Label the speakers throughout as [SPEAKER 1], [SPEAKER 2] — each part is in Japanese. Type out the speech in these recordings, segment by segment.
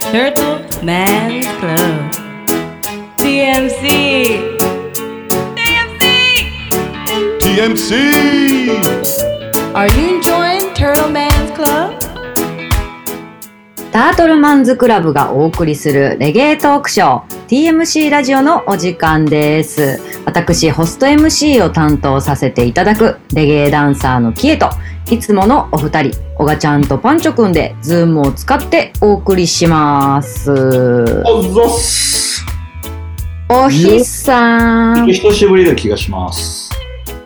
[SPEAKER 1] Turtle Man's Club TMC TMC
[SPEAKER 2] TMC!
[SPEAKER 1] Are you enjoying Turtle Man's Club?
[SPEAKER 3] タートルマンズクラブがお送りするレゲエトークショー TMC ラジオのお時間です。私、ホスト MC を担当させていただくレゲエダンサーのキエと、いつものお二人、オガちゃんとパンチョくんで、ズームを使ってお送りします。
[SPEAKER 2] おっぞっす
[SPEAKER 3] おひさん。
[SPEAKER 2] 久しぶりな気がします。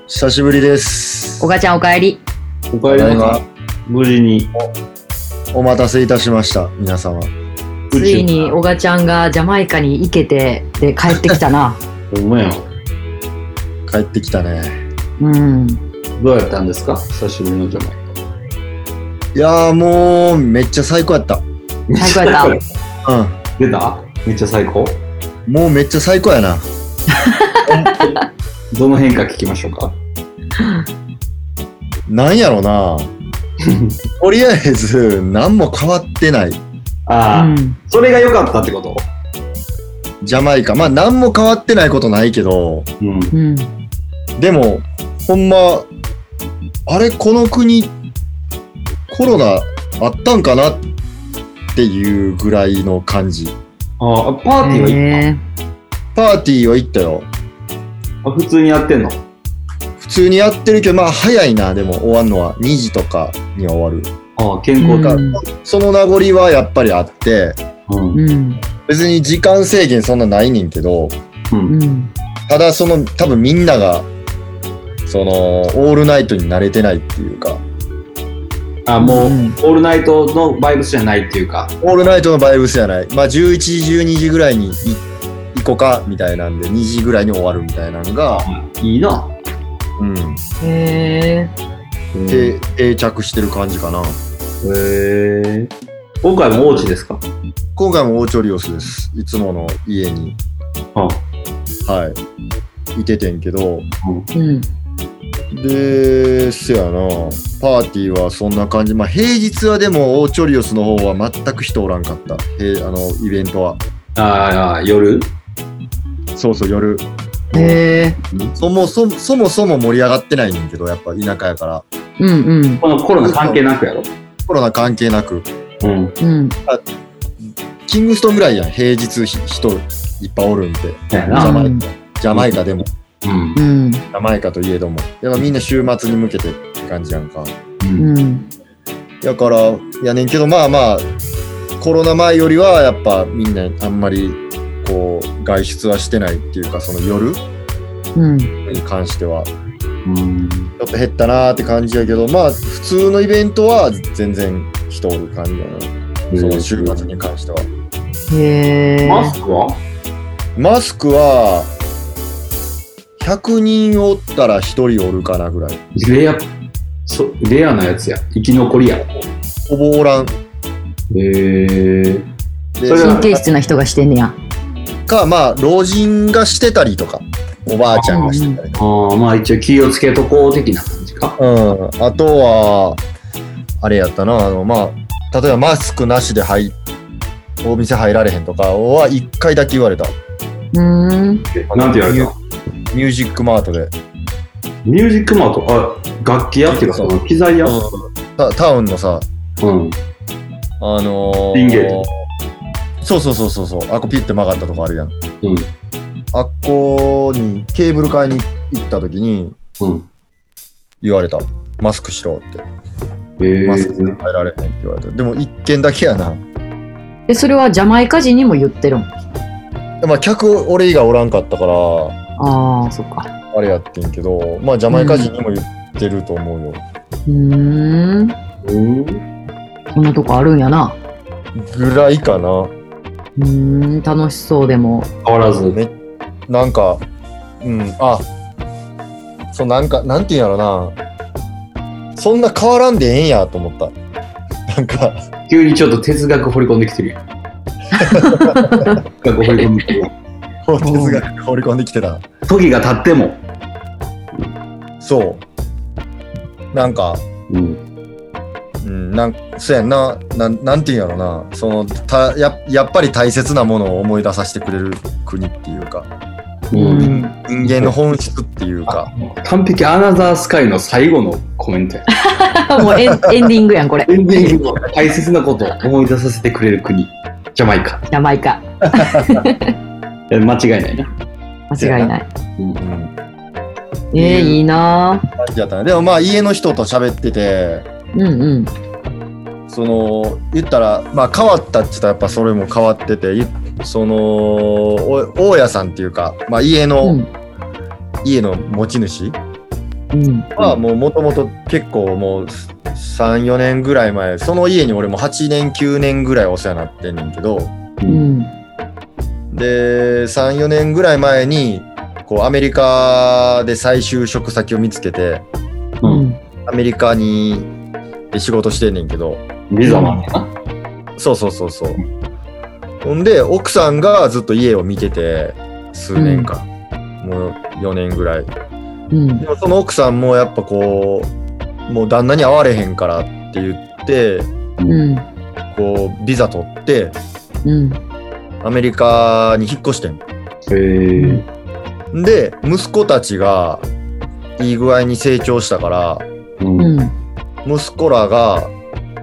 [SPEAKER 4] 久しぶりです
[SPEAKER 3] オ。ガちゃんお帰り。
[SPEAKER 2] おかえりな
[SPEAKER 4] ただ
[SPEAKER 2] さ
[SPEAKER 4] い
[SPEAKER 2] い。無事に。
[SPEAKER 4] お待たせいたしました、皆様。
[SPEAKER 3] ついにオガちゃんがジャマイカに行けて、で、帰ってきたな。
[SPEAKER 2] ほんまや。
[SPEAKER 4] 帰ってきたね。
[SPEAKER 3] うん。
[SPEAKER 2] どうやったんですか久しぶりのジャマイ
[SPEAKER 4] いやーもう、めっちゃ最高やった。う
[SPEAKER 3] 最高やっ
[SPEAKER 4] ん。
[SPEAKER 2] カ。 出ためっちゃ最高。
[SPEAKER 4] もうめっちゃ最高やな。
[SPEAKER 2] どの変化聞きましょうか
[SPEAKER 4] なんやろ な。とりあえず、何も変わってない。
[SPEAKER 3] た。
[SPEAKER 2] ああ、
[SPEAKER 3] うん。
[SPEAKER 2] それが良かったってこと
[SPEAKER 4] ジャマイカ。まあ、何も変わってないことないけど、
[SPEAKER 2] うん。
[SPEAKER 3] うん。
[SPEAKER 4] でも、ほんま、あれ、この国、コロナあったんかなっていうぐらいの感じ。
[SPEAKER 2] ああ、パーティーはいい
[SPEAKER 3] へ
[SPEAKER 4] パーティーは行ったよ。
[SPEAKER 2] あ普通にやってんの
[SPEAKER 4] 普通にやってるけど、まあ早いな、でも終わるのは。2時とかには終わる。
[SPEAKER 2] ああ、健
[SPEAKER 3] ー
[SPEAKER 2] 康だ。
[SPEAKER 4] その名残はやっぱりあって、
[SPEAKER 2] うん。
[SPEAKER 3] うん。うん
[SPEAKER 4] 別に時間制限そんなないねんけど、
[SPEAKER 2] うん。
[SPEAKER 3] うん、
[SPEAKER 4] ただその、多分みんなが、その、オールナイトに慣れてないっていうか、
[SPEAKER 2] あもう、
[SPEAKER 3] うん
[SPEAKER 2] オールナイトのバイブスじゃないっていうか。
[SPEAKER 4] オールナイトのバイブスじゃない。まあ11時、12時ぐらいにい行こうか、みたいなんで、2時ぐらいに終わるみたいなのが、
[SPEAKER 2] いいな。
[SPEAKER 4] うん、
[SPEAKER 3] へ
[SPEAKER 4] で、定着してる感じかな。
[SPEAKER 2] へえ。今回もおうちですか
[SPEAKER 4] 今回もオーチョリオスです。いつもの家に、
[SPEAKER 2] あ
[SPEAKER 4] はい、いててんけど、
[SPEAKER 3] え、うん、
[SPEAKER 4] で、せやな、パーティーはそんな感じ。まあ、平日はでも、オーチョリオスの方は全く人おらんかった。へあの、イベントは。
[SPEAKER 2] ああ、夜
[SPEAKER 4] そうそう、夜。
[SPEAKER 3] へえ、
[SPEAKER 4] そもそも、そもそも盛り上がってないねんけど、やっぱ田舎やから。
[SPEAKER 3] うんうん
[SPEAKER 2] このコロナ関係なくやろ
[SPEAKER 4] コロナ関係なく。
[SPEAKER 2] うん。
[SPEAKER 3] うん、
[SPEAKER 4] キングストンぐらいやん、平日ひ人いっぱいおるんで。
[SPEAKER 2] や
[SPEAKER 4] ジャ
[SPEAKER 2] な。
[SPEAKER 4] マ
[SPEAKER 3] うん
[SPEAKER 4] イカ。ジャマイカでも、
[SPEAKER 2] うん
[SPEAKER 3] う。ん
[SPEAKER 4] ジャマイカといえども。やっぱみんな週末に向けてって感じやんか。
[SPEAKER 2] うん。
[SPEAKER 3] うん
[SPEAKER 4] やから、やねんけど、まあまあ、コロナ前よりは、やっぱみんなあんまり、こう、外出はしてないっていうか、その夜
[SPEAKER 3] うん
[SPEAKER 4] に関しては、ち
[SPEAKER 2] うん。
[SPEAKER 4] ょっと減ったなーって感じやけど、まあ、普通のイベントは全然人おる感じだな。その週末に関しては。
[SPEAKER 3] へえ、
[SPEAKER 2] マスクは
[SPEAKER 4] マスクは、100人おったら1人おるかなぐらい。
[SPEAKER 2] レア、そレアなやつや。生き残りや。へ
[SPEAKER 4] ほぼおらん。
[SPEAKER 2] え。
[SPEAKER 4] で
[SPEAKER 2] それは
[SPEAKER 3] 神経質な人がしてんねや。
[SPEAKER 4] か、まあ、老人がしてたりとか、おばあちゃんがしてたりとか。
[SPEAKER 2] ああ、まあ一応気をつけとこう的な感じか。
[SPEAKER 4] うん、あとは、あれやったな、あの、まあ、例えばマスクなしで入っお店入られへんとかは1回だけ言われた。
[SPEAKER 3] うーん、
[SPEAKER 2] なんて言われた
[SPEAKER 4] ミュージックマートで。
[SPEAKER 2] ミュージックマート、あ、楽器屋っていうか、その機材屋
[SPEAKER 4] タタウンのさ、
[SPEAKER 2] うん。
[SPEAKER 4] あのー、
[SPEAKER 2] ピンゲート
[SPEAKER 4] そうそうそうそうそう、あっこピッて曲がったとこあるやん。
[SPEAKER 2] うん
[SPEAKER 4] あっこにケーブル買いに行った時に
[SPEAKER 2] うん。
[SPEAKER 4] 言われた。マスクしろって。
[SPEAKER 2] へえ。
[SPEAKER 4] マスク入られへんって言われた。でも1軒だけやな。
[SPEAKER 3] でそれはジャマイカ人にも言ってるん。
[SPEAKER 4] まあ客俺以外おらんかったから、
[SPEAKER 3] ああ、そっか。
[SPEAKER 4] あれやってんけど、まあジャマイカ人にも言ってると思うよ。
[SPEAKER 3] うーん、
[SPEAKER 2] うん。
[SPEAKER 3] こんなとこあるんやな。
[SPEAKER 4] ぐらいかな。
[SPEAKER 3] うーん、楽しそうでも。
[SPEAKER 2] 変わらず。
[SPEAKER 4] めなんか、うん、あ、そう、なんか、なんて言うんやろな。そんな変わらんでええんやと思った。なんか、
[SPEAKER 2] 急にちょっと哲学掘り込んできてる やん。哲学掘り込んできてるやん。
[SPEAKER 4] 哲学放り込んできてた。
[SPEAKER 2] 時が経っても。
[SPEAKER 4] そう。なんか、
[SPEAKER 2] うん。
[SPEAKER 4] うん、なんそうやんななんなんていうんやろなそのたややっぱり大切なものを思い出させてくれる国っていうか
[SPEAKER 3] うん
[SPEAKER 4] 人間の本質っていうか
[SPEAKER 2] 完璧アナザースカイの最後のコメントや。
[SPEAKER 3] もうエンエンディングやん、これ。
[SPEAKER 2] エンディングの大切なことを思い出させてくれる国。ジャマイカ。
[SPEAKER 3] ジャマイカ。
[SPEAKER 2] え間違いないな。
[SPEAKER 3] 間違いない。
[SPEAKER 4] うん
[SPEAKER 3] えー、いいなぁ
[SPEAKER 4] 感じやったねでもまあ家の人と喋ってて
[SPEAKER 3] うんうん。
[SPEAKER 4] その言ったらまあ変わったって言ったらやっぱそれも変わってていそのお大家さんっていうか、まあ、家の、
[SPEAKER 3] うん。
[SPEAKER 4] 家の持ち主
[SPEAKER 3] うん。
[SPEAKER 4] はもうもともと結構もう34年ぐらい前その家に俺も8年9年ぐらいお世話になってんねんけど
[SPEAKER 3] う
[SPEAKER 2] う。
[SPEAKER 3] んん。
[SPEAKER 4] で34年ぐらい前にこうアメリカで再就職先を見つけて
[SPEAKER 2] う。
[SPEAKER 3] うんん。
[SPEAKER 4] アメリカに仕事してんねんけど
[SPEAKER 2] ビザマンやな。
[SPEAKER 4] そうそうそうそうほんで奥さんがずっと家を見てて数年間、もう4年ぐらい
[SPEAKER 3] うん
[SPEAKER 4] で。もその奥さんもやっぱこうもう旦那に会われへんからって言って
[SPEAKER 3] うん。
[SPEAKER 4] こうビザ取って
[SPEAKER 3] うん。
[SPEAKER 4] アメリカに引っ越して
[SPEAKER 2] へえ。
[SPEAKER 4] んで息子たちがいい具合に成長したから
[SPEAKER 2] うん。
[SPEAKER 3] うん。
[SPEAKER 4] 息子らが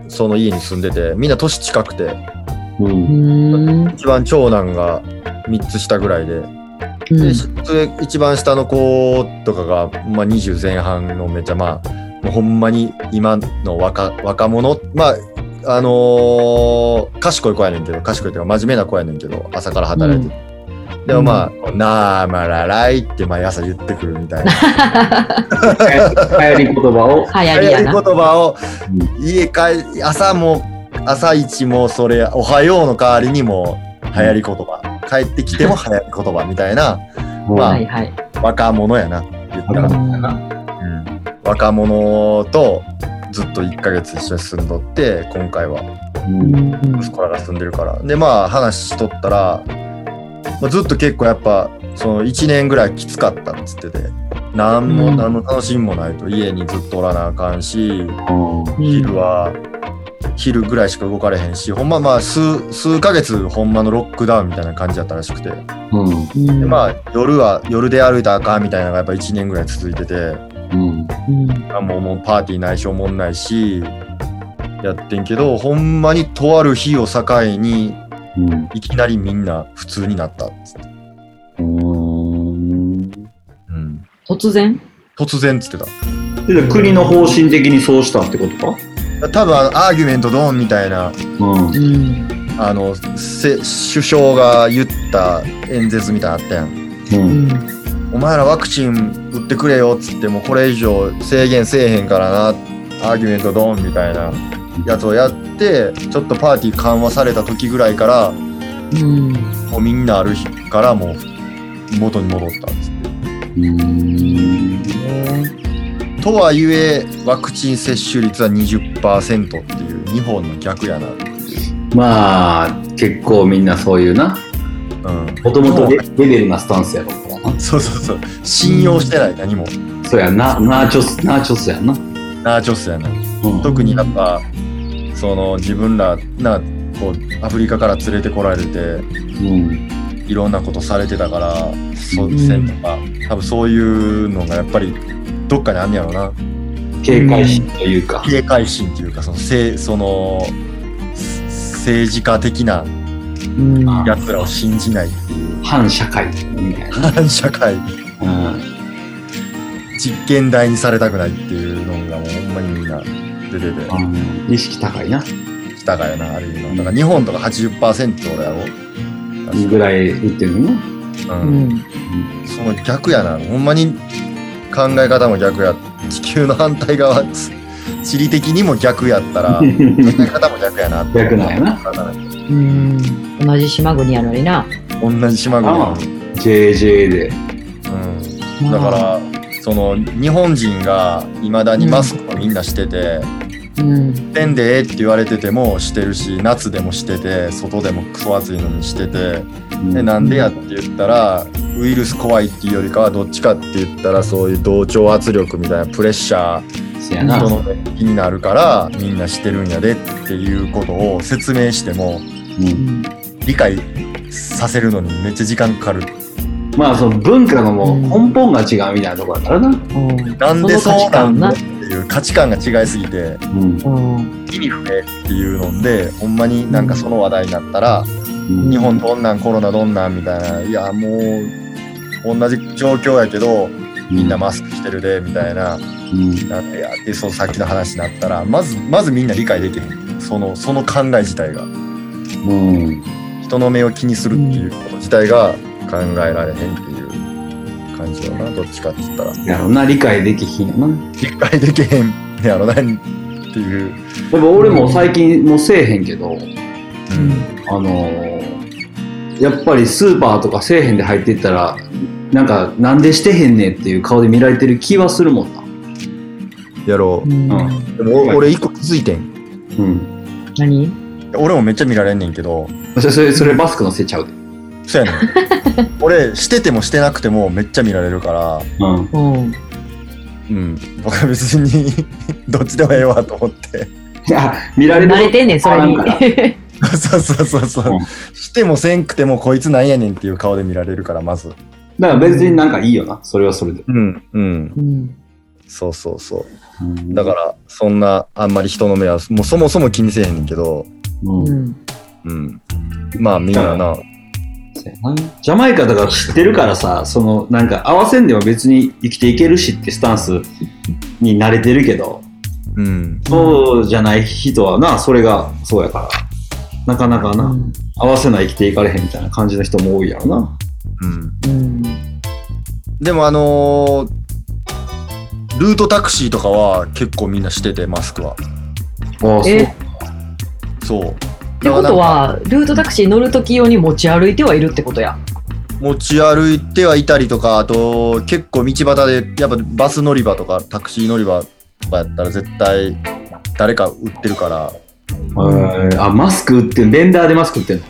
[SPEAKER 4] その家に住んでてみんな年近くて
[SPEAKER 2] う。
[SPEAKER 3] うんん。
[SPEAKER 4] 一番長男が3つ下ぐらいで,、
[SPEAKER 3] うん
[SPEAKER 4] でし一番下の子とかが、まあ、20前半のめっちゃまあもうほんまに今の若若者まああのー賢い子やねんけど賢いというか真面目な子やねんけど朝から働いてる、でもまあ「なあまららい」って毎朝言ってくるみ たいな
[SPEAKER 2] 流行り言葉を。
[SPEAKER 3] 流行りや
[SPEAKER 4] 早い言
[SPEAKER 3] な。
[SPEAKER 4] 葉を家帰朝も朝一もそれ「おはよう」の代わりにも流行り言葉帰ってきても流行り言葉みたいなまあ
[SPEAKER 3] はいはい。
[SPEAKER 4] 若者やな言ったら、うん若者とずっと1ヶ月一緒に住んどって今回は
[SPEAKER 2] うん。
[SPEAKER 4] 息子らが住んでるからでまあ話しとったら、まあずっと結構やっぱその1年ぐらいきつかったっつってて何も
[SPEAKER 3] うん
[SPEAKER 4] 何の楽しみもないと家にずっとおらなあかんし
[SPEAKER 2] う
[SPEAKER 4] 昼は昼ぐらいしか動かれへんしほんままあ数数ヶ月ほんまのロックダウンみたいな感じだったらしくて
[SPEAKER 2] ん。
[SPEAKER 3] ま
[SPEAKER 4] でまあ夜は夜で歩いたらあかんみたいなのがやっぱ1年ぐらい続いてて
[SPEAKER 2] うん。
[SPEAKER 4] あもうもうパーティーないしおもんないしやってんけどほんまにとある日を境に
[SPEAKER 2] うん。
[SPEAKER 4] いきなりみんな普通になったっつって、
[SPEAKER 2] うん。
[SPEAKER 4] うん、
[SPEAKER 3] 突然
[SPEAKER 4] 突然っつってた
[SPEAKER 2] で国の方針的にそうしたってことか
[SPEAKER 4] 多分あのアーギュメントドンみたいな
[SPEAKER 2] うん。
[SPEAKER 3] うん。
[SPEAKER 4] あのせ首相が言った演説みたいなのあったや
[SPEAKER 3] う
[SPEAKER 2] う。
[SPEAKER 4] ん
[SPEAKER 3] んん。
[SPEAKER 4] お前らワクチン打ってくれよっつってもうこれ以上制限せえへんからなアーギュメントドンみたいなやつをやってちょっとパーティー緩和された時ぐらいから
[SPEAKER 3] うん。
[SPEAKER 4] もうみんなある日からもう元に戻ったんです
[SPEAKER 2] うん。
[SPEAKER 4] とはいえワクチン接種率は20%っていう日本の逆やな
[SPEAKER 2] まあ、結構みんなそういうな。
[SPEAKER 4] うん
[SPEAKER 2] もともとレレベルなスタンスやろからな。
[SPEAKER 4] そうそうそう信用してない何も
[SPEAKER 2] そうやな、ナーチョス、ナーチョスやな。うん。
[SPEAKER 4] ナーチョスやな特にやっぱその自分らなこうアフリカから連れてこられて
[SPEAKER 2] うん。
[SPEAKER 4] いろんなことされてたからそう
[SPEAKER 3] うん
[SPEAKER 4] せんとか多分そういうのがやっぱりどっかにあんねやろな
[SPEAKER 2] 警戒心というか。
[SPEAKER 4] 警戒心っていうかそのせそのせ政治家的な
[SPEAKER 3] うん。
[SPEAKER 4] やつらを信じないっていう
[SPEAKER 2] 反社会みたい
[SPEAKER 4] 反社会
[SPEAKER 2] な。うん。
[SPEAKER 4] 実験台にされたくないっていうのがもうほんまにみんな出てて
[SPEAKER 2] 意識高いな。
[SPEAKER 4] きたからなある意味のだから日本とか80%やろ
[SPEAKER 2] ぐらい打ってるの
[SPEAKER 4] う
[SPEAKER 3] うんん。
[SPEAKER 4] その逆やなほんまに考え方も逆や地球の反対側つ地理的にも逆やっ たら考え方も逆やなって
[SPEAKER 2] 逆なんやな
[SPEAKER 3] うん。同じ島国やのにな。
[SPEAKER 4] 同じ島
[SPEAKER 2] ああ
[SPEAKER 4] 国、
[SPEAKER 2] JJ で。
[SPEAKER 4] うん、だからその日本人がいまだにマスクをみんなしてて
[SPEAKER 3] ら。うん。
[SPEAKER 4] 「せんでええ」って言われててもしてるし夏でもしてて外でもクソ暑いのにしててでなんでやって言ったらウイルス怖いっていうよりかはどっちかって言ったらそういう同調圧力みたいなプレッシャー
[SPEAKER 2] せやな
[SPEAKER 4] 人。の目気になるからみんなしてるんやでっていうことを説明しても
[SPEAKER 2] うん
[SPEAKER 4] 理解させるのにめっちゃ時間かかる
[SPEAKER 2] まあその文化のもう根本が違うみたいなところだからな。
[SPEAKER 4] なんで
[SPEAKER 3] その価
[SPEAKER 4] そ
[SPEAKER 3] 値
[SPEAKER 4] うなん
[SPEAKER 3] 観
[SPEAKER 4] だ
[SPEAKER 3] な
[SPEAKER 4] っていう価値観が違いすぎて
[SPEAKER 2] うん。
[SPEAKER 3] うん
[SPEAKER 4] 意味不明っていうのでほんまになんかその話題になったら
[SPEAKER 2] うん
[SPEAKER 4] 日本どんなんコロナどんなんみたいないやもう同じ状況やけどみんなマスクしてるでみたいな
[SPEAKER 2] うん
[SPEAKER 4] なんかいやでそのさっきの話になったらまずまずみんな理解できへんそのその考え自体が
[SPEAKER 2] うん。
[SPEAKER 4] 人の目を気にするっていうこと自体が考えられへんっていう感じだなどっちかって言ったら
[SPEAKER 2] やろな、理解できひんよな。
[SPEAKER 4] 理解できへんやろなっていう、
[SPEAKER 2] やっぱ俺も最近もうせえへんけど、
[SPEAKER 4] うん
[SPEAKER 2] あのーやっぱりスーパーとかせえへんで入っていったら、なんか、なんでしてへんねんっていう顔で見られてる気はするもんな。
[SPEAKER 4] やろ
[SPEAKER 3] う
[SPEAKER 4] うん
[SPEAKER 2] うん
[SPEAKER 4] でもお俺一個気づいてん
[SPEAKER 2] うん。
[SPEAKER 3] 何
[SPEAKER 4] 俺もめっちゃ見られんねんけど
[SPEAKER 2] それ、それ、それマスクのせちゃうで。
[SPEAKER 4] そうやねん 俺しててもしてなくてもめっちゃ見られるから
[SPEAKER 2] うん。
[SPEAKER 3] うん
[SPEAKER 4] うん僕は別に どっちでもええわと思って
[SPEAKER 2] いや、見られ
[SPEAKER 3] 慣
[SPEAKER 2] る。
[SPEAKER 3] れてんねんそれに
[SPEAKER 2] あなんか
[SPEAKER 4] そうそうそうそう、
[SPEAKER 2] うん
[SPEAKER 4] してもせんくてもこいつなんやねんっていう顔で見られるからまず
[SPEAKER 2] だから別になんかいいよな。それはそれで。
[SPEAKER 4] うんうん
[SPEAKER 3] うん
[SPEAKER 4] そうそうそう
[SPEAKER 2] うん
[SPEAKER 4] だからそんなあんまり人の目はもうそもそも気にせえへんねんけど、
[SPEAKER 2] うん
[SPEAKER 3] う
[SPEAKER 2] そ
[SPEAKER 3] ん
[SPEAKER 4] うん、まあみんな
[SPEAKER 2] うや
[SPEAKER 4] な
[SPEAKER 2] なジャマイカだから知ってるからさ、その、なんか合わせんでも別に生きていけるしってスタンスに慣れてるけど、
[SPEAKER 4] うん
[SPEAKER 2] そうじゃない人はな、それがそうやから。なかなかな、
[SPEAKER 3] うん
[SPEAKER 2] 合わせない生きていかれへんみたいな感じの人も多いやろな。
[SPEAKER 4] うん、
[SPEAKER 3] うん
[SPEAKER 4] でもあのールートタクシーとかは結構みんなしててマスクは
[SPEAKER 2] ああ、そう
[SPEAKER 3] え。
[SPEAKER 4] そう
[SPEAKER 3] ってことはルートタクシー乗るとき用に持ち歩いてはいるってことや
[SPEAKER 4] 持ち歩いてはいたりとかあと結構道端でやっぱバス乗り場とかタクシー乗り場とかやったら絶対誰か売ってるから
[SPEAKER 2] えーあ、マスク売ってん、ベンダーでマスク売ってんの。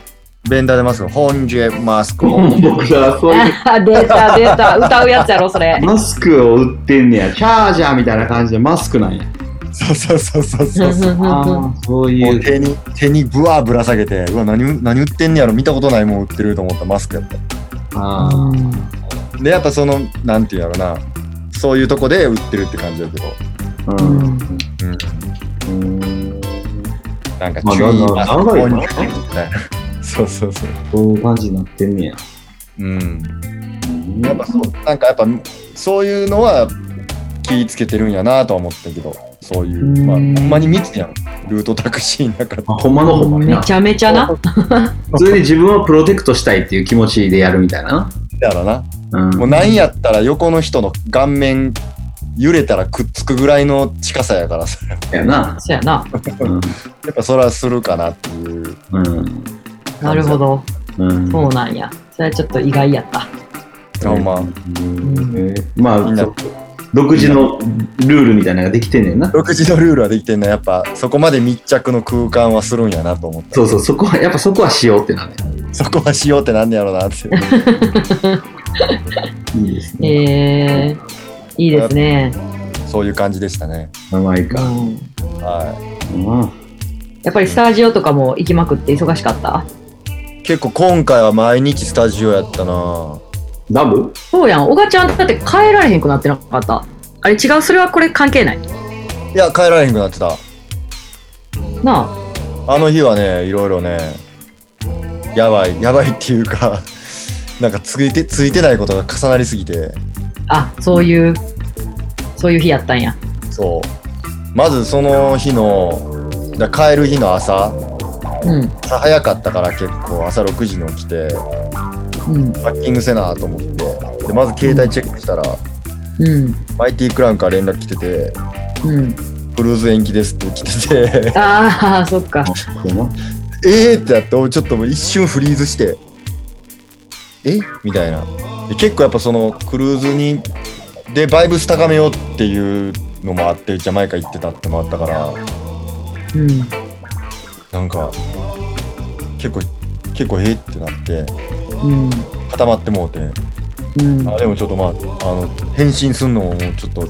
[SPEAKER 4] ベンダーでマスク本ジェマスクを
[SPEAKER 2] 僕らそういう。
[SPEAKER 3] あ出た出た歌うやつやろそれ
[SPEAKER 2] マスクを売ってんねや。チャージャーみたいな感じでマスクなんや。
[SPEAKER 4] そうそうそうそうそうそう
[SPEAKER 2] ああ、そうい
[SPEAKER 4] も
[SPEAKER 2] う
[SPEAKER 4] う。手に手にぶわぶら下げてうわ何何売ってんねやろ見たことないもん売ってると思ったマスクやった
[SPEAKER 2] ああ
[SPEAKER 3] う
[SPEAKER 4] でやっぱそのなんていうんやろなそういうとこで売ってるって感じだけど、
[SPEAKER 2] うん。
[SPEAKER 3] ん
[SPEAKER 4] うん、
[SPEAKER 2] うん。
[SPEAKER 4] なんか
[SPEAKER 2] まあ
[SPEAKER 4] 注意
[SPEAKER 2] なな
[SPEAKER 4] あ
[SPEAKER 2] 長いな
[SPEAKER 4] みたいなそうそうそう
[SPEAKER 2] そういう感じになってんねや。
[SPEAKER 4] うんやっぱそうなんかやっぱそういうのは気ぃつけてるんやなとは思ったけどそういう
[SPEAKER 3] うん
[SPEAKER 4] まあほんまに密やんルートタクシーの中で
[SPEAKER 2] まあ、ほんまのほんまに
[SPEAKER 3] め
[SPEAKER 2] な。
[SPEAKER 3] ちゃめちゃな
[SPEAKER 2] 普通に自分をプロテクトしたいっていう気持ちでやるみたいな。
[SPEAKER 4] だからな
[SPEAKER 2] うん。
[SPEAKER 4] もうなんやったら横の人の顔面揺れたらくっつくぐらいの近さやからさ
[SPEAKER 2] やな。
[SPEAKER 3] そうやな
[SPEAKER 2] うん。
[SPEAKER 4] やっぱそれはするかなっていう
[SPEAKER 2] うん。
[SPEAKER 3] なるほど
[SPEAKER 2] うん。
[SPEAKER 3] そうなんやそれはちょっと意外やった
[SPEAKER 4] あまあ
[SPEAKER 2] うんまあ
[SPEAKER 4] みんな
[SPEAKER 2] そう独自のルールみたいなのができてんねんな。
[SPEAKER 4] 独自のルールはできてんのやっぱそこまで密着の空間はするんやなと思った
[SPEAKER 2] そうそう、そこは、やっぱそこはしようってなね。
[SPEAKER 4] そこはしようってなんねやろうなって
[SPEAKER 2] いいです
[SPEAKER 3] え
[SPEAKER 2] ね。
[SPEAKER 3] ー、いいですね、
[SPEAKER 4] そういう感じでしたね
[SPEAKER 2] 名前
[SPEAKER 3] う
[SPEAKER 2] か。
[SPEAKER 3] ん、
[SPEAKER 4] は
[SPEAKER 2] うん。
[SPEAKER 3] やっぱりスタジオとかも行きまくって忙しかった
[SPEAKER 4] い結構今回は毎日スタジオやったな
[SPEAKER 2] ダブ
[SPEAKER 3] そうやん小賀ちゃんだって帰られへんくなってなかったあれ違うそれはこれ関係ない
[SPEAKER 4] いや帰られへんくなってた
[SPEAKER 3] なあ
[SPEAKER 4] あの日はねいろいろねやばいやばいっていうか なんかついてついてないことが重なりすぎて
[SPEAKER 3] あそういうそういう日やったんや
[SPEAKER 4] そうまずその日のだ帰る日の朝
[SPEAKER 3] うん
[SPEAKER 4] 朝早かったから結構朝6時に起きて
[SPEAKER 3] うん
[SPEAKER 4] パッキングせなと思ってでまず携帯チェックしたら
[SPEAKER 3] うん
[SPEAKER 4] マイティクラウンから連絡来てて
[SPEAKER 3] うん
[SPEAKER 4] クルーズ延期ですって来てて
[SPEAKER 3] ああそっか
[SPEAKER 2] そうな
[SPEAKER 4] えーってやって俺ちょっともう一瞬フリーズしてえみたいなで結構やっぱそのクルーズにでバイブス高めようっていうのもあってジャマイカ行ってたってのもあったから
[SPEAKER 3] うん
[SPEAKER 4] なんか結構結構えーってなって
[SPEAKER 3] うん
[SPEAKER 4] 固まってもうて
[SPEAKER 3] うん
[SPEAKER 4] あでもちょっとまああの返信すんのももうちょっと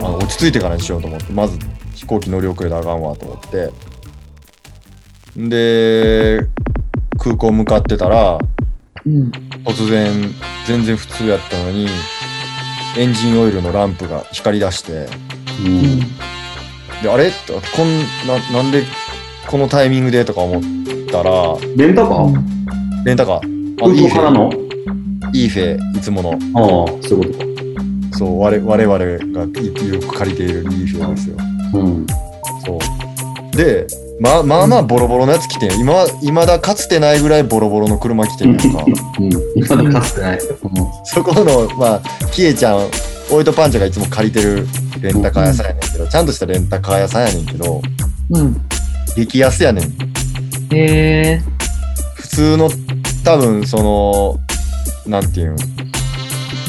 [SPEAKER 4] あの落ち着いてからにしようと思ってまず飛行機乗り遅れたらあかんわと思ってで空港向かってたら
[SPEAKER 3] うん。
[SPEAKER 4] 突然全然普通やったのにエンジンオイルのランプが光り出して
[SPEAKER 2] うん
[SPEAKER 4] であれとこんななんでこのタイミングでとか思ったら
[SPEAKER 2] レンタカー
[SPEAKER 4] レンタカーあ
[SPEAKER 2] 空港からの
[SPEAKER 4] イーフェイつもの
[SPEAKER 2] ああ、そういうことか。
[SPEAKER 4] そう我々我々がよく借りているイーフェなんですよ
[SPEAKER 2] うん。
[SPEAKER 4] そうでまあまあまあボロボロのやつ来てん今今だかつてないぐらいボロボロの車来てんやんか
[SPEAKER 2] うん。今だかつてない。
[SPEAKER 4] そこのまあキエちゃんオイトパンチャがいつも借りてるレンタカー屋さんやねんけどちゃんとしたレンタカー屋さんやねんけど
[SPEAKER 3] うん。
[SPEAKER 4] 激安やねん
[SPEAKER 3] へえ。
[SPEAKER 4] 普通の多分そのなんていうん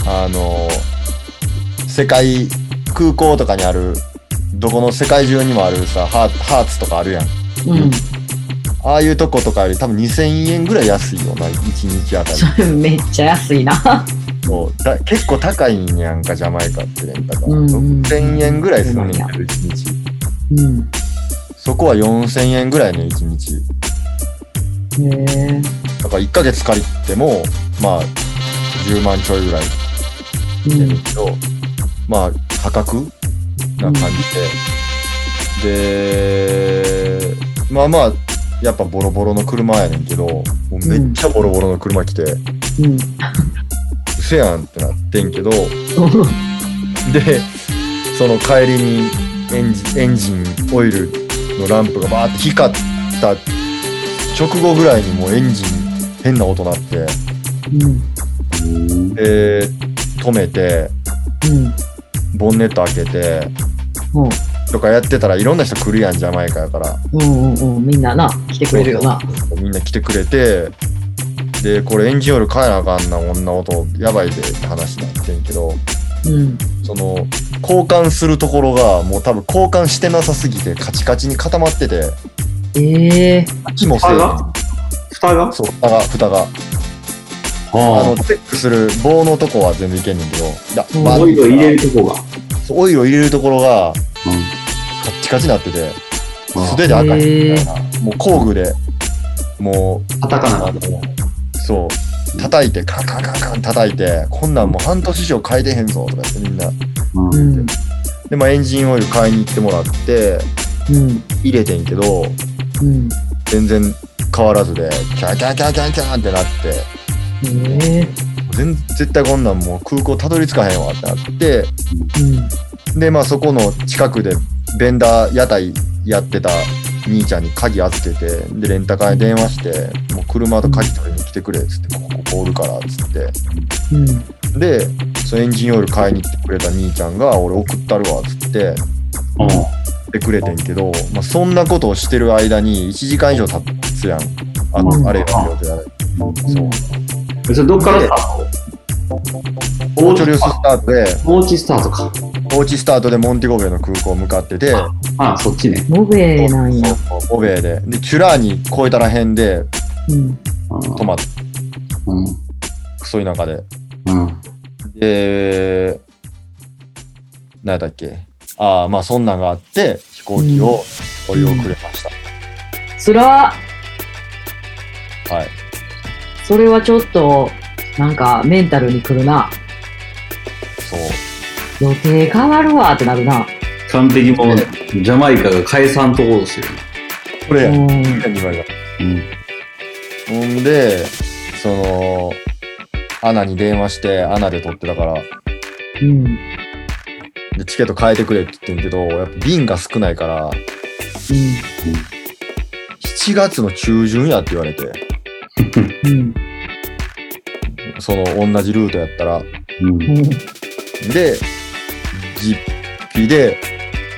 [SPEAKER 4] あの世界空港とかにあるどこの世界中にもあるさハーハーツとかあるやん
[SPEAKER 3] うん。
[SPEAKER 4] ああいうとことかより多分2000円ぐらい安いよな1日あたり
[SPEAKER 3] それめっちゃ安いな。
[SPEAKER 4] そうだ結構高いんやんかジャマイカってレンタカー、
[SPEAKER 3] うんうん
[SPEAKER 4] 6000円ぐらいすんねんけど1日
[SPEAKER 3] うん。
[SPEAKER 4] そこは4000円ぐらいね1日
[SPEAKER 3] へえ。
[SPEAKER 4] だから1ヶ月借りてもまあ10万ちょいぐらい
[SPEAKER 3] うん
[SPEAKER 4] けど、まあ破格な感じで、でまあまあやっぱボロボロの車やねんけどもうめっちゃボロボロの車来て、う
[SPEAKER 3] うん。
[SPEAKER 4] せやんってなってんけどでその帰りにエンジンエンジンオイルのランプがバーって光った直後ぐらいにもうエンジン変な音鳴って
[SPEAKER 3] うん。
[SPEAKER 2] うん。
[SPEAKER 4] で止めて
[SPEAKER 3] うん。
[SPEAKER 4] ボンネット開けて
[SPEAKER 3] も
[SPEAKER 4] とかやってたらいろんな人来るやんジャマイカやから
[SPEAKER 3] う、うんうんうん。みんなな、来てくれるよな。
[SPEAKER 4] みんな来てくれてでこれエンジンオイル変えなあかんな女音やばいでって話になってんけど
[SPEAKER 3] うん。
[SPEAKER 4] その交換するところがもう多分交換してなさすぎてカチカチに固まってて
[SPEAKER 3] ええ。
[SPEAKER 4] 木もせ
[SPEAKER 2] 蓋が蓋が
[SPEAKER 4] そう蓋が蓋があ
[SPEAKER 2] あ
[SPEAKER 4] のチェックする棒のとこは全部いけんねんけどだ
[SPEAKER 3] うん
[SPEAKER 2] あ。
[SPEAKER 4] バー
[SPEAKER 2] オイルを入れ
[SPEAKER 4] る
[SPEAKER 2] るとこが。
[SPEAKER 4] オイルを入れるところが
[SPEAKER 2] うん。
[SPEAKER 4] カッチカチになってて
[SPEAKER 2] ああ
[SPEAKER 4] 素手で赤いみたいなもう工具でもう
[SPEAKER 2] 叩かな
[SPEAKER 4] あのそう叩いてカンカンカンカン叩いてこんなんもう半年以上変えてへんぞとか言ってみんな
[SPEAKER 2] う。
[SPEAKER 3] うんん。
[SPEAKER 4] でまあエンジンオイル買いに行ってもらって
[SPEAKER 3] うん。
[SPEAKER 4] 入れてんけど
[SPEAKER 3] うん。
[SPEAKER 4] 全然変わらずでキャーキャーキャーキャーキャーってなって
[SPEAKER 3] ええ。
[SPEAKER 4] 全絶対こんなんもう空港たどり着かへんわってなって
[SPEAKER 3] うん。
[SPEAKER 4] でまあそこの近くでベンダー屋台やってた兄ちゃんに鍵預けてでレンタカーに電話して「もう車と鍵取りに来てくれ」っつって「ここここおるから」っつって
[SPEAKER 3] うん。
[SPEAKER 4] でそのエンジンオイル買いに来てくれた兄ちゃんが「俺送ったるわ」っつって
[SPEAKER 2] うん。
[SPEAKER 4] 来てくれてんけど、まあ、そんなことをしてる間に1時間以上経つやんあ
[SPEAKER 2] うん
[SPEAKER 4] あれやろやれそう
[SPEAKER 2] それどっからスタート
[SPEAKER 4] オーチョリウススタートで
[SPEAKER 2] おうちスタートか。
[SPEAKER 4] おうちスタートでモンティゴベの空港向かってて
[SPEAKER 2] ああ、そっちね。
[SPEAKER 3] モベなんや。
[SPEAKER 4] オベーででチュラーに越えたらへんで
[SPEAKER 3] うん。
[SPEAKER 2] うん
[SPEAKER 4] 止まって
[SPEAKER 2] うん。
[SPEAKER 4] クソ田舎で。
[SPEAKER 2] うん。
[SPEAKER 4] で、何やったっけああ、まあそんなんがあって、飛行機を取り遅れました。
[SPEAKER 3] つら
[SPEAKER 4] はい。
[SPEAKER 3] それはちょっと、なんか、メンタルにくるな。
[SPEAKER 4] そう。
[SPEAKER 3] 予定変わるわってなるな。
[SPEAKER 2] 完璧もう、ジャマイカが解散とこうとしてる。
[SPEAKER 4] これや。
[SPEAKER 3] う
[SPEAKER 4] こ
[SPEAKER 3] ん。
[SPEAKER 4] れや二枚が
[SPEAKER 2] うん。
[SPEAKER 4] ほんで、その、アナに電話して、アナで取ってたから、
[SPEAKER 3] うん。
[SPEAKER 4] でチケット変えてくれって言ってんけど、やっぱ便が少ないから、7月の中旬やって言われて、
[SPEAKER 3] うん。うん。
[SPEAKER 4] その同じルートやったら。
[SPEAKER 2] う
[SPEAKER 3] う
[SPEAKER 2] ん。
[SPEAKER 3] ん。
[SPEAKER 4] で、実費で、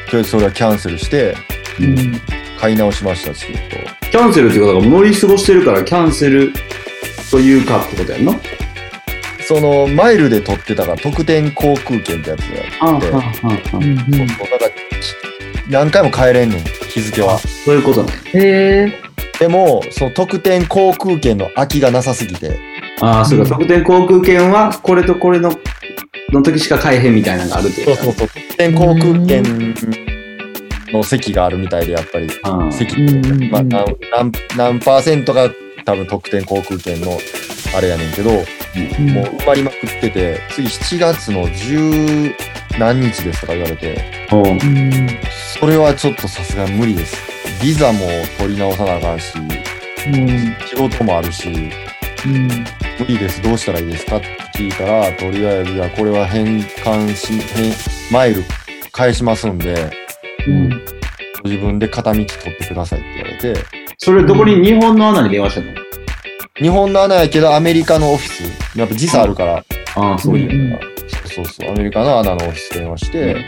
[SPEAKER 4] とりあえずそれはキャンセルして、
[SPEAKER 3] うん。
[SPEAKER 4] 買い直しました、チケットを。
[SPEAKER 2] キャンセルってことが乗り過ごしてるからキャンセルというかってことやんの
[SPEAKER 4] そのマイルで取ってたから特典航空券ってやつが
[SPEAKER 2] あ
[SPEAKER 4] あって、
[SPEAKER 3] う
[SPEAKER 2] あ
[SPEAKER 3] ん。うん。
[SPEAKER 4] そうだからき何回も変えれんねん日付は
[SPEAKER 2] そういうことね。
[SPEAKER 3] へえ。
[SPEAKER 4] でもその特典航空券の空きがなさすぎて
[SPEAKER 2] ああ、そうか。特典航空券はこれとこれのの時しか買えへんみたいなのがあるって
[SPEAKER 4] そ
[SPEAKER 2] こ
[SPEAKER 4] う
[SPEAKER 2] と
[SPEAKER 4] そうそう天航空券の席があるみたいで、やっぱり。
[SPEAKER 2] うん
[SPEAKER 4] 席
[SPEAKER 3] う、んうんうん
[SPEAKER 4] まあ、何何何パーセントが多分特典航空券のあれやねんけど、
[SPEAKER 3] うん
[SPEAKER 4] もう埋まりまくってて、次7月の10何日ですとか言われて、
[SPEAKER 2] うん
[SPEAKER 3] うん
[SPEAKER 4] それはちょっとさすがに無理です。ビザも取り直さなあかんし、
[SPEAKER 3] うん
[SPEAKER 4] 仕事もあるし、
[SPEAKER 3] うん
[SPEAKER 4] 無理です、どうしたらいいですかって聞いたら、とりあえず、いや、これは返還し、返マイル返しますんで、
[SPEAKER 3] うん
[SPEAKER 4] ご自分で片道取ってくださいって言われて、
[SPEAKER 2] それどこに日本の穴に電話したの
[SPEAKER 4] 日本の穴やけど、アメリカのオフィス、やっぱ時差あるから、
[SPEAKER 2] ああ、そう
[SPEAKER 4] 無理
[SPEAKER 2] い
[SPEAKER 4] や
[SPEAKER 2] う。
[SPEAKER 4] から、そうそうそう、アメリカの穴のオフィス電話して、
[SPEAKER 3] うん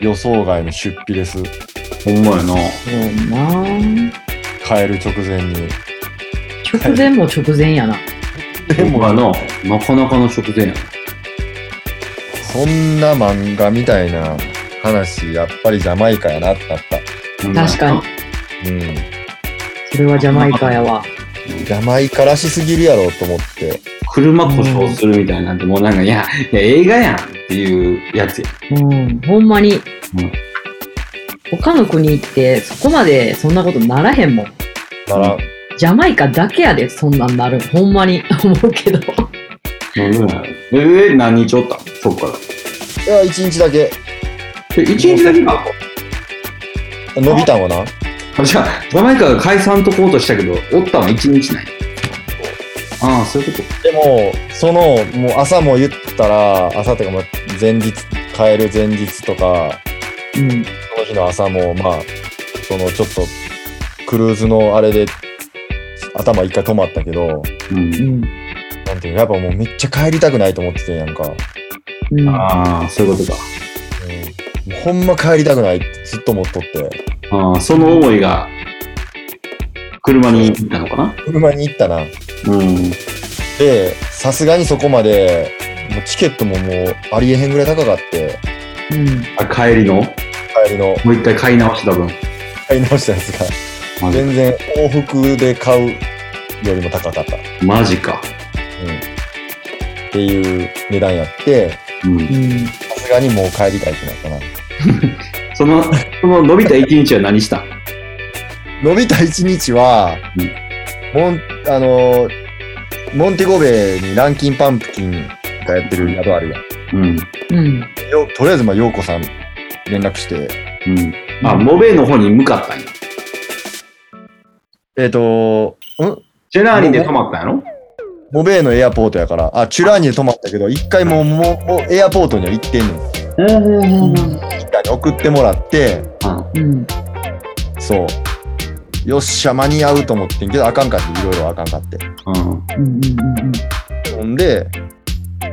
[SPEAKER 4] 予想外の出費です。
[SPEAKER 2] ほんまやな。
[SPEAKER 3] そうやな
[SPEAKER 4] 帰る直前に。
[SPEAKER 3] 直前も直前やな。
[SPEAKER 2] でもあの、なかなかの食前やな。
[SPEAKER 4] そんな漫画みたいな話、やっぱりジャマイカやなってなった。
[SPEAKER 2] ほんまやな
[SPEAKER 3] 確かに。。
[SPEAKER 4] うん。ジ
[SPEAKER 3] それはジャマイカやわ。
[SPEAKER 4] ャマイカらしすぎるやろと思って。
[SPEAKER 2] 車故障するみたいなんて、もうなんか、いや、いや映画やんっていうやつや。
[SPEAKER 3] うん、ほんまに。他の国行って、そこまでそんなことならへんもん。
[SPEAKER 4] なら、
[SPEAKER 3] ジャマイカだけやで、そんなんなる。ほんまに思うけど。
[SPEAKER 2] なんでなんやろえー、何日おったんそっから。
[SPEAKER 4] いや、一日だけ。
[SPEAKER 2] え、一日だけか。
[SPEAKER 4] 伸びたんはな。
[SPEAKER 2] あじゃあ、ジャマイカが解散とこうとしたけど、おったんは一日ない。ああ、そういうこ
[SPEAKER 4] でも、その、もう朝も言ったら、朝とか、まあ、前日、帰る前日とか、
[SPEAKER 3] うん。
[SPEAKER 4] その日の朝も、まあ、その、ちょっと、クルーズのあれで、頭一回止まったけ
[SPEAKER 2] と。
[SPEAKER 4] ど、
[SPEAKER 2] うん
[SPEAKER 3] うん。
[SPEAKER 4] なんていうのやっぱもうめっちゃ帰りたくないと思っててんやんか。
[SPEAKER 3] うん。
[SPEAKER 2] ああ、そういうことか。
[SPEAKER 4] うん、もうほんま帰りたくないってずっと思っとって。
[SPEAKER 2] ああ、その思いが、車に行ったのかな
[SPEAKER 4] 車に行ったな。
[SPEAKER 2] うん。
[SPEAKER 4] で、さすがにそこまで、もうチケットももうありえへんぐらい高かって、
[SPEAKER 3] うん。
[SPEAKER 2] あ帰りのも
[SPEAKER 4] 帰りの
[SPEAKER 2] う一回買い直した分。
[SPEAKER 4] 買い直したやつが、
[SPEAKER 2] マジ
[SPEAKER 4] 全然往復で買うよりも高かった。うん。っ
[SPEAKER 2] マジか。
[SPEAKER 4] ていう値段やって、
[SPEAKER 2] うん。
[SPEAKER 3] うん。
[SPEAKER 4] さすがにもう帰りたいってなったな。
[SPEAKER 2] その、その伸びた一日は何したん
[SPEAKER 4] 伸びた一日は、
[SPEAKER 2] うん
[SPEAKER 4] モン、あのー、モンテゴベイにランキンパンプキンがやってる宿あるやん。
[SPEAKER 2] うん。
[SPEAKER 3] うん。
[SPEAKER 4] よとりあえず、まあ、ようこさん連絡して、
[SPEAKER 2] うん。あ、モベの方に向かったんや。
[SPEAKER 4] えっ、と、ん
[SPEAKER 2] チェラーニで泊まったんやろ
[SPEAKER 4] モベイのエアポートやから、あ、チュラーニで泊まったけど、一回もう、もう、もうエアポートには行ってんねん。一回送ってもらって、
[SPEAKER 2] あ
[SPEAKER 3] うん。
[SPEAKER 4] そう。よっしゃ、間に合うと思ってんけど、あかんかって、いろいろあかんかって。
[SPEAKER 2] うん。
[SPEAKER 3] うん。うん。
[SPEAKER 4] ほんで、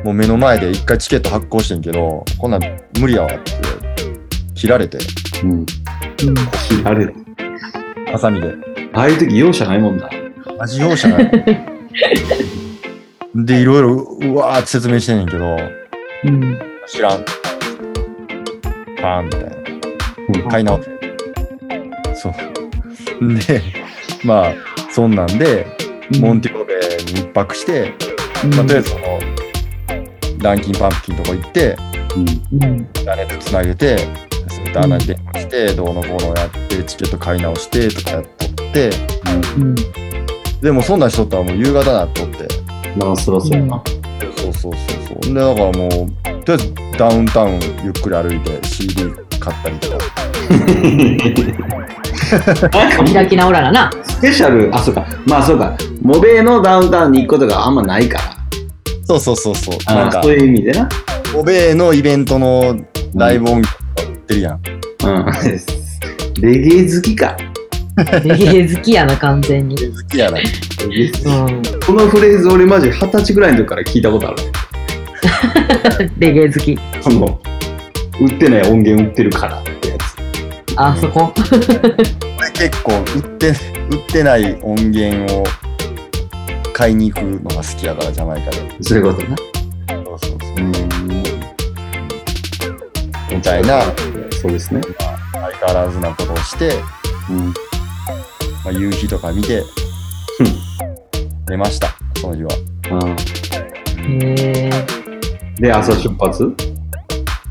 [SPEAKER 4] もう目の前で一回チケット発行してんけど、こんなん無理やわって、切られて、
[SPEAKER 2] うん。
[SPEAKER 3] うん。
[SPEAKER 2] あれ、
[SPEAKER 4] ハサミで。
[SPEAKER 2] ああいう時容赦ないもんだ。
[SPEAKER 4] 味容赦ない。 で、いろいろ、うわーって説明してんねんけど、
[SPEAKER 3] うん。
[SPEAKER 4] 知らん。パーンみたいな。
[SPEAKER 2] うん
[SPEAKER 4] 買い直せ。そう。で、まあ、そんなんで、モンティゴベに一泊して、まあ、とりあえずその、ランキンパンプキンとこ行って、
[SPEAKER 2] うん。
[SPEAKER 3] うん。
[SPEAKER 4] 誰とつなげて、そう旦那に電話して、どうのこうのやって、チケット買い直してとかやっとって、
[SPEAKER 3] うん。
[SPEAKER 4] でもそんなんしとったらもう夕方なっとって。
[SPEAKER 2] まあ、そらそうやな。
[SPEAKER 4] そうそうそうそう。で、だからもう、とりあえずダウンタウンゆっくり歩いて CD 買ったりとか。
[SPEAKER 2] なんか
[SPEAKER 3] 開き直らなな。
[SPEAKER 2] スペシャル、あ、そうか。まあ、そうか。モベのダウンタウンに行くことがあんまないから。
[SPEAKER 4] そうそうそうそう。
[SPEAKER 2] あ
[SPEAKER 4] なん
[SPEAKER 2] あ
[SPEAKER 4] か
[SPEAKER 2] そう、いう意味でな。
[SPEAKER 4] おべえのイベントのライブ音楽売ってるや
[SPEAKER 2] う
[SPEAKER 4] ん。
[SPEAKER 2] ん。レゲエ好きか。
[SPEAKER 3] レゲエ好きやな、完全に。
[SPEAKER 4] 好きやな。
[SPEAKER 2] レゲエ好き
[SPEAKER 3] うん。
[SPEAKER 2] このフレーズ俺マジ二十歳ぐらいの時から聞いたことある。
[SPEAKER 3] レゲエ好き。
[SPEAKER 2] その、売ってない音源売ってるからってやつ。
[SPEAKER 3] あそこ。
[SPEAKER 4] これ結構売って、売ってない音源を買いに行くのが好きやから、ジャマイカで。
[SPEAKER 2] そういうことな。
[SPEAKER 4] そうそうそう。
[SPEAKER 2] うん。
[SPEAKER 4] みたいな、
[SPEAKER 2] そうですね。
[SPEAKER 4] 相変わらずなことをして、
[SPEAKER 2] うん。
[SPEAKER 4] まあ、夕日とか見て、寝ました、その日は。
[SPEAKER 2] あ
[SPEAKER 3] へえ。
[SPEAKER 2] で、朝出発